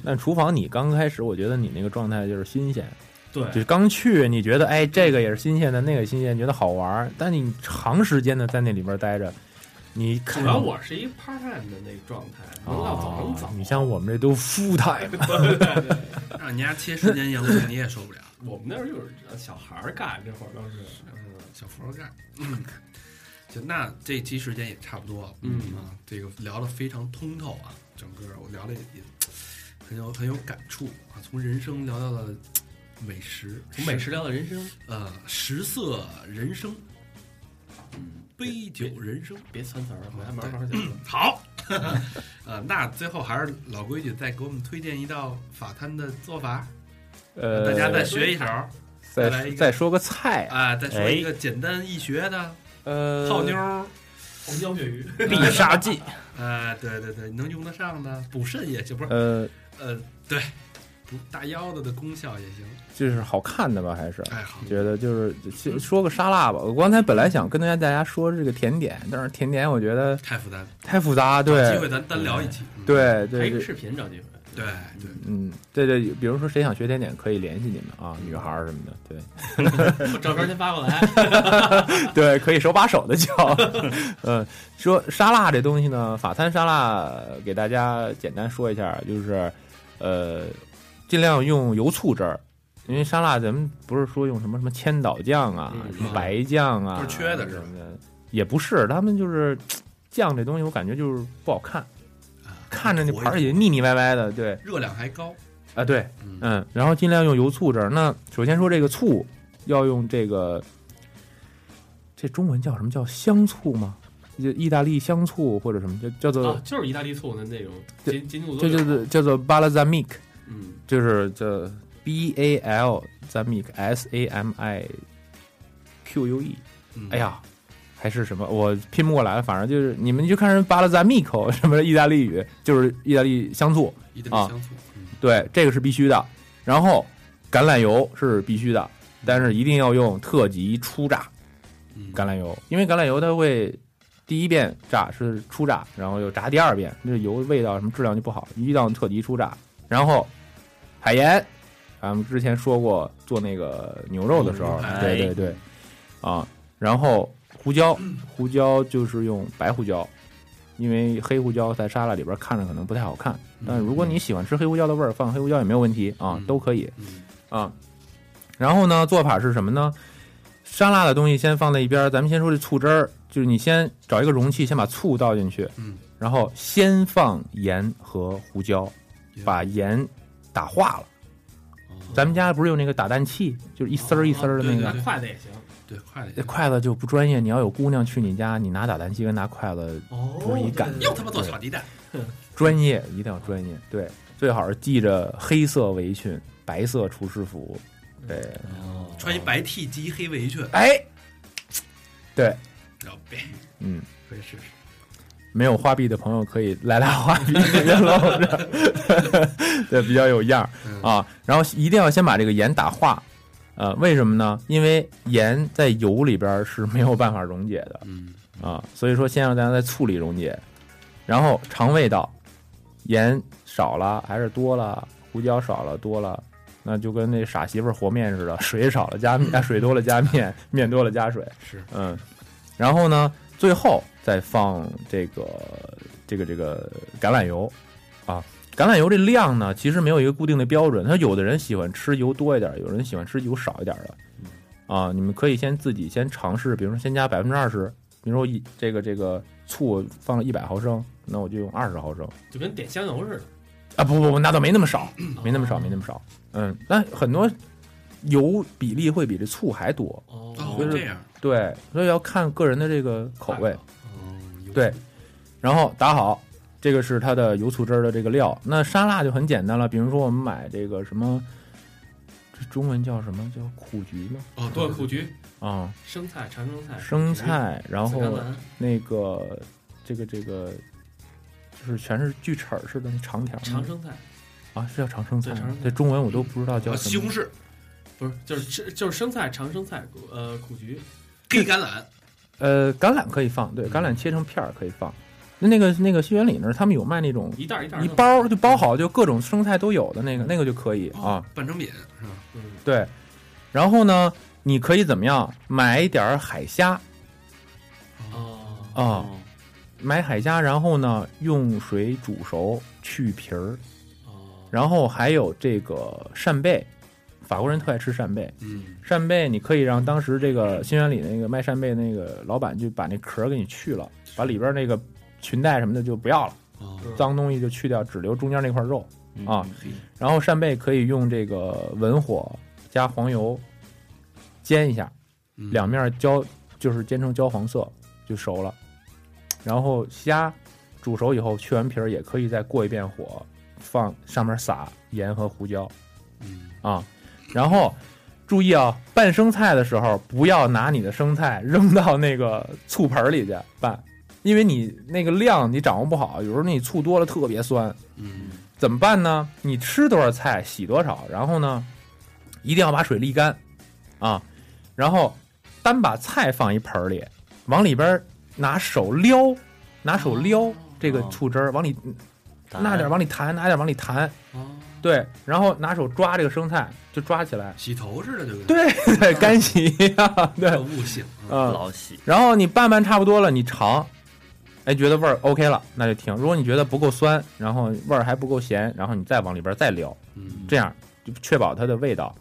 Speaker 5: 但厨房你刚开始，我觉得你那个状态就是新鲜，
Speaker 2: 对
Speaker 5: 就是刚去你觉得哎这个也是新鲜的，那个新鲜，觉得好玩儿。但你长时间的在那里边待着，你
Speaker 2: 主
Speaker 5: 看
Speaker 2: 要我是一 part time 的那个状态，能到早上
Speaker 5: 啊
Speaker 2: 早。，
Speaker 5: 你像我们这都 full time，
Speaker 3: 让人家切十年洋葱，你也受不了。
Speaker 2: 我们那会儿就是呃小孩儿干，这会儿都是，嗯
Speaker 3: 小佛盖儿， 嗯，就那这期时间也差不多了，
Speaker 2: 嗯
Speaker 3: 啊，这个聊得非常通透啊，整个我聊的也也很有很有感触啊，从人生聊到了美食，
Speaker 2: 从美食聊到人生，
Speaker 3: 呃食色人生，杯酒人生，
Speaker 2: 别酸词儿了，回家
Speaker 3: 嗯
Speaker 2: 慢慢慢慢讲吧。
Speaker 3: 好， 呃，那最后还是老规矩，再给我们推荐一道法餐的做法，
Speaker 5: 呃，
Speaker 3: 大家再学一手再来一
Speaker 5: 再
Speaker 3: 个
Speaker 5: 再说个菜，
Speaker 3: 啊，再说一个简单易学的
Speaker 5: 呃，
Speaker 3: 泡妞儿。
Speaker 2: 红椒鳕鱼，
Speaker 4: 必杀技，
Speaker 3: 啊，对对对，能用得上的补肾也行，不是
Speaker 5: 呃，
Speaker 3: 呃，对，补大腰子的功效也行。
Speaker 5: 就是好看的吧，还是
Speaker 3: 哎，好，
Speaker 5: 觉得就是其说个沙拉吧。我刚才本来想跟大家大家说这个甜点，但是甜点我觉得
Speaker 3: 太负担了，
Speaker 5: 太复杂，
Speaker 3: 机会
Speaker 5: 对
Speaker 3: 咱单聊一期。嗯
Speaker 2: 拍
Speaker 5: 对对
Speaker 2: 个
Speaker 5: 对，
Speaker 2: 视频找机会。
Speaker 3: 对对，
Speaker 5: 嗯，对对，比如说谁想学甜点，可以联系你们啊，女孩儿什么的，对。
Speaker 2: 我照片先发过 来。
Speaker 5: 对，可以手把手的教。嗯，说沙拉这东西呢，法餐沙拉给大家简单说一下，就是呃，尽量用油醋汁儿，因为沙拉咱们不是说用什么什么千岛酱啊、
Speaker 2: 嗯
Speaker 5: 什么 白酱啊，
Speaker 3: 都是缺的是吧
Speaker 5: 什么的，也不是，他们就是酱这东西，我感觉就是不好看，
Speaker 3: 啊
Speaker 5: 看着那
Speaker 3: 我
Speaker 5: 盘儿也腻腻歪歪的，对。
Speaker 3: 热量还高。
Speaker 5: 啊，对，
Speaker 3: 嗯
Speaker 5: 嗯，然后尽量用油醋汁儿。那首先说这个醋要用这个，这中文叫什么叫香醋吗？就意大利香醋或者什么，就叫做、
Speaker 2: 啊，就是意大利醋的那种
Speaker 5: 对
Speaker 2: 金金度
Speaker 5: 这就
Speaker 2: 多
Speaker 5: 是叫做 balsamic，
Speaker 2: 嗯，
Speaker 5: 就是这 b a l samic s a m i q u e。
Speaker 3: 嗯
Speaker 5: 哎，呀，还是什么，我拼不过来了。反正就是你们就看人 balsamico 什么意大利语，就是意大利香醋。
Speaker 3: 一定
Speaker 5: 啊
Speaker 3: 得香醋。嗯
Speaker 5: 对，这个是必须的。然后橄榄油是必须的，但是一定要用特级初榨
Speaker 3: 嗯，
Speaker 5: 橄榄油，因为橄榄油它会第一遍榨是初榨，然后又炸第二遍，那油味道什么质量就不好，一定要特级初榨。然后海盐，咱们之前说过做那个牛肉的时
Speaker 3: 牛，
Speaker 5: 候
Speaker 2: 嗯
Speaker 4: 哎
Speaker 3: 排
Speaker 5: 对对对，啊，然后胡椒，
Speaker 3: 嗯
Speaker 5: 胡椒就是用白胡椒。因为黑胡椒在沙拉里边看着可能不太好看，但如果你喜欢吃黑胡椒的味儿，放黑胡椒也没有问题啊
Speaker 3: 嗯，
Speaker 5: 都可以
Speaker 3: 嗯
Speaker 5: 啊。然后呢，做法是什么呢？沙拉的东西先放在一边儿，咱们先说这醋汁儿，就是你先找一个容器，先把醋倒进去，
Speaker 3: 嗯，
Speaker 5: 然后先放盐和胡椒，
Speaker 3: 也
Speaker 5: 把盐打化了。
Speaker 3: 哦
Speaker 5: 咱们家不是有那个打蛋器，就是一丝儿一丝儿的那
Speaker 3: 对
Speaker 5: 个。
Speaker 3: 对
Speaker 2: 筷子也行。
Speaker 3: 哦对快
Speaker 5: 那
Speaker 3: 点，
Speaker 5: 筷子就不专业，你要有姑娘去你家，你拿打蛋器跟拿筷子
Speaker 2: 哦
Speaker 5: 不是一杆
Speaker 3: 又他妈做炒鸡蛋。
Speaker 5: 专业一定要专业，对，最好是系着黑色围裙、白色厨师服，对，哦
Speaker 3: 穿一白 T 及一黑围裙，
Speaker 5: 哎，
Speaker 3: 然后别
Speaker 5: 嗯，
Speaker 3: 可以试试。
Speaker 5: 没有花臂的朋友可以来来花臂，别露着， 对，比较有样儿
Speaker 3: 嗯
Speaker 5: 啊。然后一定要先把这个盐打化，呃，为什么呢？因为盐在油里边儿是没有办法溶解的
Speaker 3: 嗯，
Speaker 5: 啊，所以说先让大家在醋里溶解，然后尝味道，盐少了还是多了，胡椒少了多了。那就跟那傻媳妇儿和面似的，水少了加面，啊水多了加面，面多了加水。
Speaker 3: 是，
Speaker 5: 嗯，然后呢，最后再放这个这个这个橄榄油啊。橄榄油这量呢，其实没有一个固定的标准，它有的人喜欢吃油多一点，有人喜欢吃油少一点的。啊，你们可以先自己先尝试，比如说先加百分之二十，比如说一这个这个醋放了一百毫升，那我就用二十毫升
Speaker 2: 就跟点香油似
Speaker 5: 啊，不不不，那倒没那么少，
Speaker 2: 的，
Speaker 5: 没那么少，没那么少。嗯，那很多油比例会比这醋还多，
Speaker 2: 哦。
Speaker 3: 哦，
Speaker 5: 就是
Speaker 3: 这样，
Speaker 5: 对，所以要看个人的这个口味。
Speaker 2: 啊嗯
Speaker 3: 哦，有
Speaker 5: 对，然后打好，这个是它的油醋汁儿的这个料。那沙拉就很简单了，比如说我们买这个什么，这中文叫什么叫苦菊吗？
Speaker 3: 哦，
Speaker 2: 多
Speaker 3: 对，
Speaker 2: 苦
Speaker 3: 对
Speaker 2: 菊、
Speaker 5: 啊、
Speaker 2: 生菜、长生菜、
Speaker 5: 生菜，然
Speaker 2: 紫甘
Speaker 5: 后嗯
Speaker 2: 蓝、
Speaker 5: 那个这个这个，就是全是锯齿儿似的那长条儿
Speaker 2: 长生菜，
Speaker 5: 啊，是叫长生菜
Speaker 2: 对长
Speaker 5: 吗
Speaker 2: 生？菜
Speaker 5: 这中文我都不知道叫
Speaker 3: 啊，
Speaker 5: 什
Speaker 3: 西
Speaker 5: 么
Speaker 3: 红。柿、
Speaker 2: 不是就是吃就是生菜、长生菜、呃苦菊，
Speaker 3: 黑橄榄，
Speaker 5: 呃，橄榄可以放，对，橄榄切成片儿可以放。那那个那个西园里那儿，他们有卖那种
Speaker 2: 一袋儿一袋儿
Speaker 5: 一
Speaker 2: 弄
Speaker 5: 包儿就
Speaker 2: 嗯
Speaker 5: 包好，就各种生菜都有的那个，那个就可
Speaker 2: 哦
Speaker 5: 以啊。
Speaker 3: 半成品是吧？
Speaker 2: 嗯，
Speaker 5: 对，然后呢，你
Speaker 3: 嗯
Speaker 5: 可以怎么样买一点儿海虾
Speaker 2: 哦
Speaker 5: 啊？买海虾，然后呢用水煮熟去皮儿，
Speaker 2: 哦，
Speaker 5: 然后还有这个扇贝，法国人特爱吃扇贝。
Speaker 3: 嗯，
Speaker 5: 扇贝你可以让当时这个新源里那个卖扇贝那个老板就把那壳儿给你去了，把里边那个裙带什么的就不要了，
Speaker 3: 哦，
Speaker 5: 脏东西就去掉，只留中间那块肉。
Speaker 4: 嗯
Speaker 5: 啊
Speaker 3: 嘿，
Speaker 5: 然后扇贝可以用这个文火加黄油煎一下，
Speaker 3: 嗯
Speaker 5: 两面焦就是煎成焦黄色就熟了。然后虾煮熟以后去完皮儿也可以再过一遍火，放上面撒盐和胡椒
Speaker 3: 嗯
Speaker 5: 啊。然后注意啊，拌生菜的时候不要拿你的生菜扔到那个醋盆儿里去拌，因为你那个量你掌握不好，有时候你醋多了特别酸。
Speaker 3: 嗯
Speaker 5: 怎么办呢？你吃多少菜洗多少，然后呢，一定要把水沥干啊，然后单把菜放一盆儿里，往里边儿拿手撩，拿手
Speaker 3: 哦
Speaker 5: 撩这个醋汁儿，往里
Speaker 4: 拿
Speaker 5: 拿点儿往里弹，拿点儿往里弹，
Speaker 3: 哦，
Speaker 5: 对，然后拿手抓这个生菜就抓起来，
Speaker 3: 洗头似的就跟
Speaker 5: 对，干洗一样，对，
Speaker 3: 可悟性啊，
Speaker 5: 嗯，
Speaker 4: 老洗，
Speaker 5: 然后你拌拌差不多了，你尝，哎，觉得味儿 OK 了，那就停。如果你觉得不够酸，然后味儿还不够咸，然后你再往里边再撩，
Speaker 3: 嗯
Speaker 5: 这样就确保它的味道。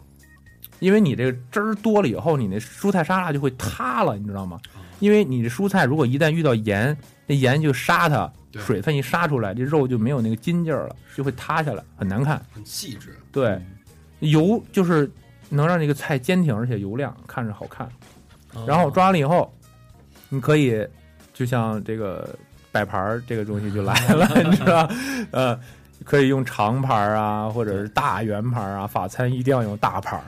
Speaker 5: 因为你这个汁儿多了以后，你那蔬菜沙拉就会塌了，你知道吗？
Speaker 3: 哦
Speaker 5: 因为你的蔬菜如果一旦遇到盐，那盐就杀它，
Speaker 3: 对
Speaker 5: 水分一杀出来，这肉就没有那个筋劲儿了，就会塌下来，很难看。
Speaker 3: 很细致，
Speaker 5: 对，油就是能让这个菜坚挺，而且油亮，看着好看。
Speaker 2: 哦
Speaker 5: 然后抓了以后，你可以就像这个摆盘儿这个东西就来了， 你知道？呃，可以用长盘儿啊，或者是大圆盘儿啊。法餐一定要用大盘儿，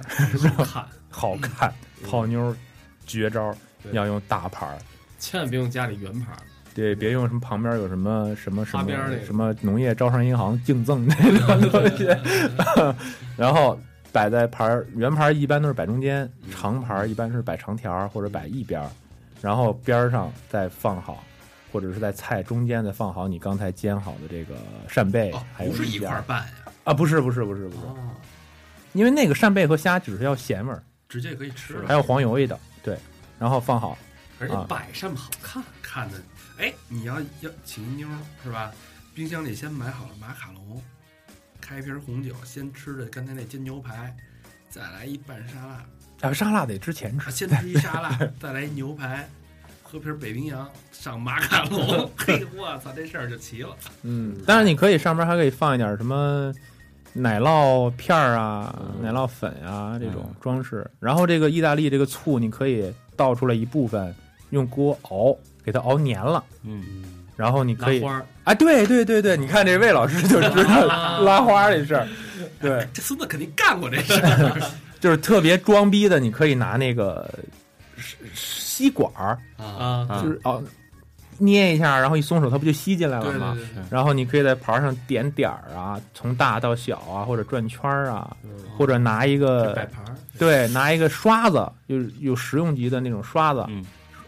Speaker 2: 看，
Speaker 5: 好看。泡妞儿绝招儿
Speaker 2: 嗯对
Speaker 5: 要用大盘儿，
Speaker 2: 千万别用家里圆盘儿，
Speaker 5: 对，别用什么旁边有什么什么什
Speaker 2: 花
Speaker 5: 么
Speaker 2: 边儿那个
Speaker 5: 什么农业招商银行净 赠那种东西，然后摆在盘儿圆盘儿一般都是摆中间，长盘儿一般是摆长条儿或者摆一边儿，然后边儿上再放好，或者是在菜中间再放好你刚才煎好的这个扇贝
Speaker 3: 哦，，
Speaker 5: 还有
Speaker 3: 不是一
Speaker 5: 虾
Speaker 3: 块儿拌呀，
Speaker 5: 啊，不是不是不是不是，
Speaker 3: 哦，
Speaker 5: 因为那个扇贝和虾只是要咸味儿，
Speaker 3: 直接可以吃了，
Speaker 5: 还有黄油味道，对，然后放好，
Speaker 2: 而
Speaker 5: 啊
Speaker 2: 且摆上好看，
Speaker 3: 看的，哎，你要要请妞儿是吧？冰箱里先买好了马卡龙，开一瓶红酒，先吃着刚才那煎牛排，再来一拌沙拉，
Speaker 5: 啊，沙拉得之前吃
Speaker 3: 啊，先吃一沙 拉，再来一牛排，喝瓶北冰洋，上马卡 龙，嘿，我操，这事儿就齐了。
Speaker 5: 嗯，当然你可以上面还可以放一点什么奶酪片儿啊、
Speaker 3: 嗯
Speaker 5: 奶酪粉啊这种装饰。然后这个意大利这个醋，你可以倒出来一部分，用锅熬，给它熬黏了。
Speaker 4: 嗯，
Speaker 5: 然后你可以
Speaker 2: 拿花儿，
Speaker 5: 啊，对对对对，你看这魏老师就 知道拉花儿这事儿，对，
Speaker 3: 这孙子肯定干过这事儿
Speaker 5: 就是特别装逼的，你可以拿那个吸吸管儿，
Speaker 3: 啊！
Speaker 2: 啊，
Speaker 4: 啊
Speaker 5: 就是哦捏一下，然后一松手，它不就吸进来了
Speaker 3: 对
Speaker 5: 吗？
Speaker 3: 对对对，
Speaker 5: 然后你可以在盘上点点儿啊，从大到小啊，或者转圈儿啊，或者拿一
Speaker 2: 嗯摆
Speaker 5: 个
Speaker 2: 盘儿，
Speaker 5: 对拿一个刷子，有有食用级的那种刷子，
Speaker 4: 嗯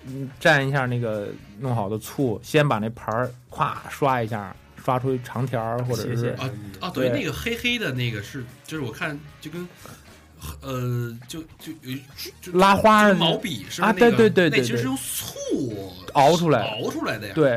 Speaker 5: 嗯，蘸一下那个弄好的醋，先把那盘儿咵刷一下，刷出一长条儿，或者
Speaker 2: 斜
Speaker 5: 是
Speaker 2: 线
Speaker 3: 哦，对，
Speaker 5: 对
Speaker 3: 那个黑黑的那个是，就是我看就跟，呃，就就有一就
Speaker 5: 拉花
Speaker 3: 就
Speaker 5: 儿
Speaker 3: 跟毛笔似的
Speaker 5: 啊
Speaker 3: 那个
Speaker 5: 对对对对
Speaker 3: 那其实
Speaker 5: 对
Speaker 3: 是用醋
Speaker 5: 熬出来
Speaker 3: 熬出来的呀。
Speaker 5: 对，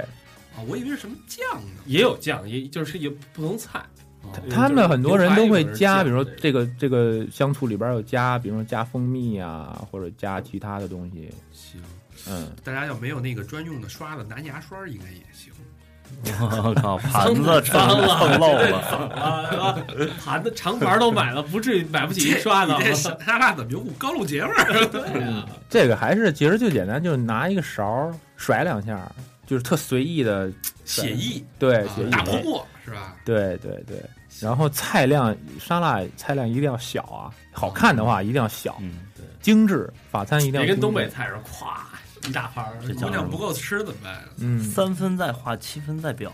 Speaker 3: 啊，我以为是什么酱呢。
Speaker 2: 也有酱，也就是有不同菜，
Speaker 3: 哦
Speaker 5: 他们很多人都会加，
Speaker 2: 就是
Speaker 5: 比如
Speaker 2: 牛排
Speaker 5: 说这个这个香醋里边儿有加，比如说加蜂蜜啊，或者加其他的东西，
Speaker 3: 行，
Speaker 5: 嗯，
Speaker 3: 大家要没有那个专用的刷子，拿牙刷应该也行。
Speaker 4: 我靠，盘子蹭蹭漏 了，
Speaker 2: 啊，盘子长盘都买了，不至于买不起一刷子
Speaker 3: 你。这沙沙拉怎么有股高露洁味儿？
Speaker 5: 这个还是其实最简单，就是拿一个勺儿甩两下儿，就是特随意的，
Speaker 3: 写意，
Speaker 5: 对，
Speaker 3: 啊
Speaker 5: 随意
Speaker 3: 大泡沫是吧？
Speaker 5: 对对对。然后菜量，沙拉菜量一定要小啊，
Speaker 2: 嗯
Speaker 5: 好看的话一定要小，
Speaker 4: 嗯，
Speaker 5: 精致。法餐一定要
Speaker 2: 别跟
Speaker 5: 精
Speaker 2: 东
Speaker 5: 致
Speaker 2: 北，菜似的，咵一大盘儿，
Speaker 4: 这
Speaker 3: 姑
Speaker 4: 叫
Speaker 3: 娘不够吃怎么办呀？
Speaker 5: 嗯。
Speaker 4: 三分在画，七分在表，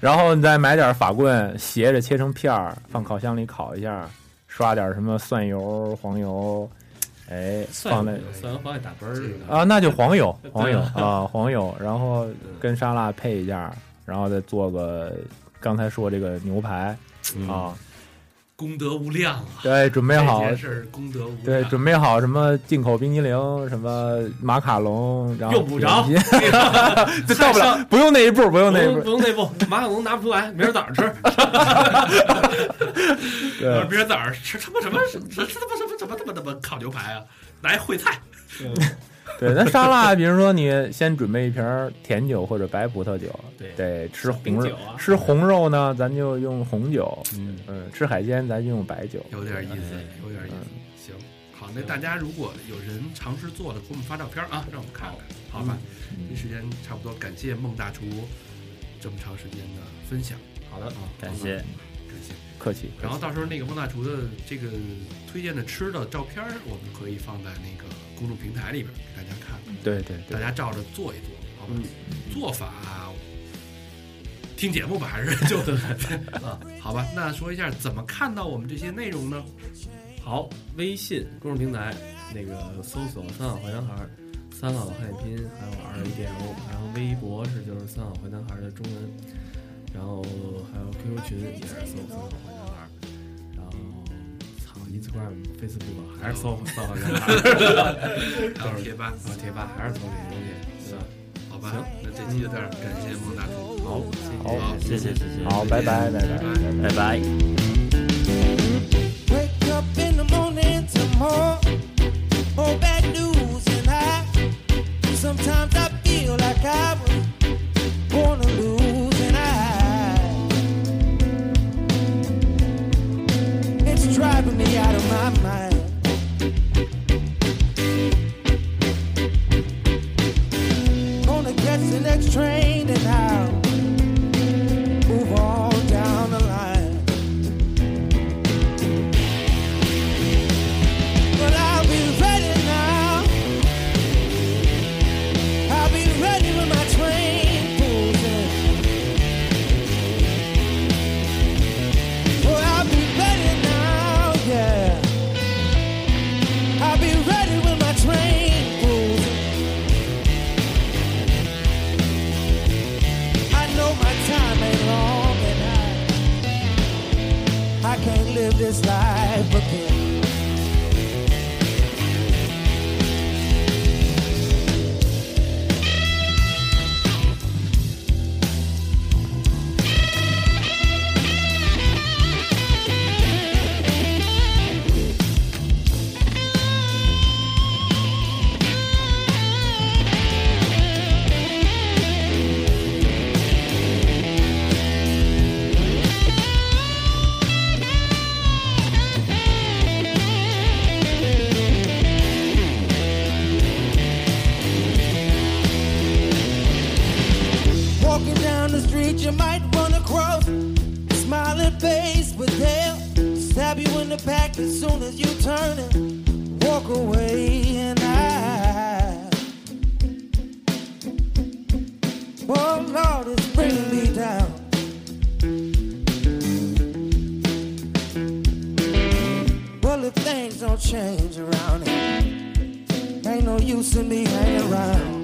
Speaker 5: 然后你再买点法棍，斜着切成片儿，放烤箱里烤一下，刷点什么蒜油、黄油，哎，放
Speaker 2: 蒜
Speaker 5: 在
Speaker 2: 蒜黄也打啵儿似的
Speaker 5: 啊，那就黄 油，黄油啊，黄油，然后跟沙拉配一下，然后再做个刚才说这个牛排
Speaker 4: 嗯
Speaker 5: 啊，
Speaker 3: 功德无量啊！
Speaker 5: 对，准备好
Speaker 3: 这件事儿功德无量，
Speaker 5: 对，准备好什么进口冰激凌，什么马卡龙，然后
Speaker 2: 用不着
Speaker 5: 点心这到不 了，不用那一步，不用
Speaker 2: 不
Speaker 5: 那一
Speaker 2: 用
Speaker 5: 步
Speaker 2: 不，用内部，马卡龙拿不出来，明儿早上吃。
Speaker 5: 对，
Speaker 3: 明儿早上吃他妈什么吃吃他妈什么什么他妈他妈烤牛排啊，拿一烩菜，
Speaker 5: 对，那沙拉，比如说你先准备一瓶儿甜酒或者白葡萄酒，
Speaker 2: 对
Speaker 5: 对，吃红
Speaker 2: 冰
Speaker 5: 肉
Speaker 2: 酒，啊
Speaker 5: 吃红肉呢，咱就用红酒，
Speaker 4: 嗯，
Speaker 5: 嗯，吃海鲜咱就用白酒，
Speaker 3: 有点意思，有点意思。行，好，那大家如果有人尝试做了，给我们发照片啊，让我们看看，好吧？这时间差不多，感谢孟大厨这么长时间的分享，
Speaker 2: 好的，
Speaker 4: 感谢，
Speaker 3: 感谢。
Speaker 5: 客气。
Speaker 3: 然后到时候那个孟大厨的这个推荐的吃的照片儿，我们可以放在那个公众平台里边儿给大家看。
Speaker 5: 对对
Speaker 3: 大
Speaker 5: 对，
Speaker 3: 家照着做一做，好吧？做法听节目吧，还是就 啊？好吧，那说一下怎么看到我们这些内容呢？
Speaker 2: 好，微信公众平台那个搜索“三好坏男孩儿”，三好的汉语拼音还有 R A D L，然后微博是就是“三好坏男孩儿”的中文，然后还有 QQ 群也是搜“三好坏男孩儿”，然后操 Instagram、Facebook 还是搜“三好坏男孩儿
Speaker 3: 还有贴吧，”，
Speaker 2: 然后贴吧还是搜这些东西，对吧？
Speaker 3: 好吧？那这期就到这儿，感谢孟大厨。
Speaker 2: 好，
Speaker 5: 好
Speaker 2: 谢谢。
Speaker 4: 谢谢谢谢，
Speaker 5: 好，拜拜拜拜拜拜。
Speaker 4: 拜拜。
Speaker 6: Wake up in the morning to more, more bad news and I. Sometimes I feel like I was born to lose and I. It's driving me out of my mind. Gonna catch the next train and I'll move on down the line. But I'll be ready now. I'll be ready when my train pulls in. Well, Oh, I'll be ready now, yeah. I'll be ready when my train pulls in. I know my time ain't long and I, I can't live this life again. Walking down the street, you might run across a smiling face, but they'll stab you in the back as soon as you turn and walk away. And I, oh Lord, it's bringing me down. Well, if things don't change around here, ain't no use in me hanging around.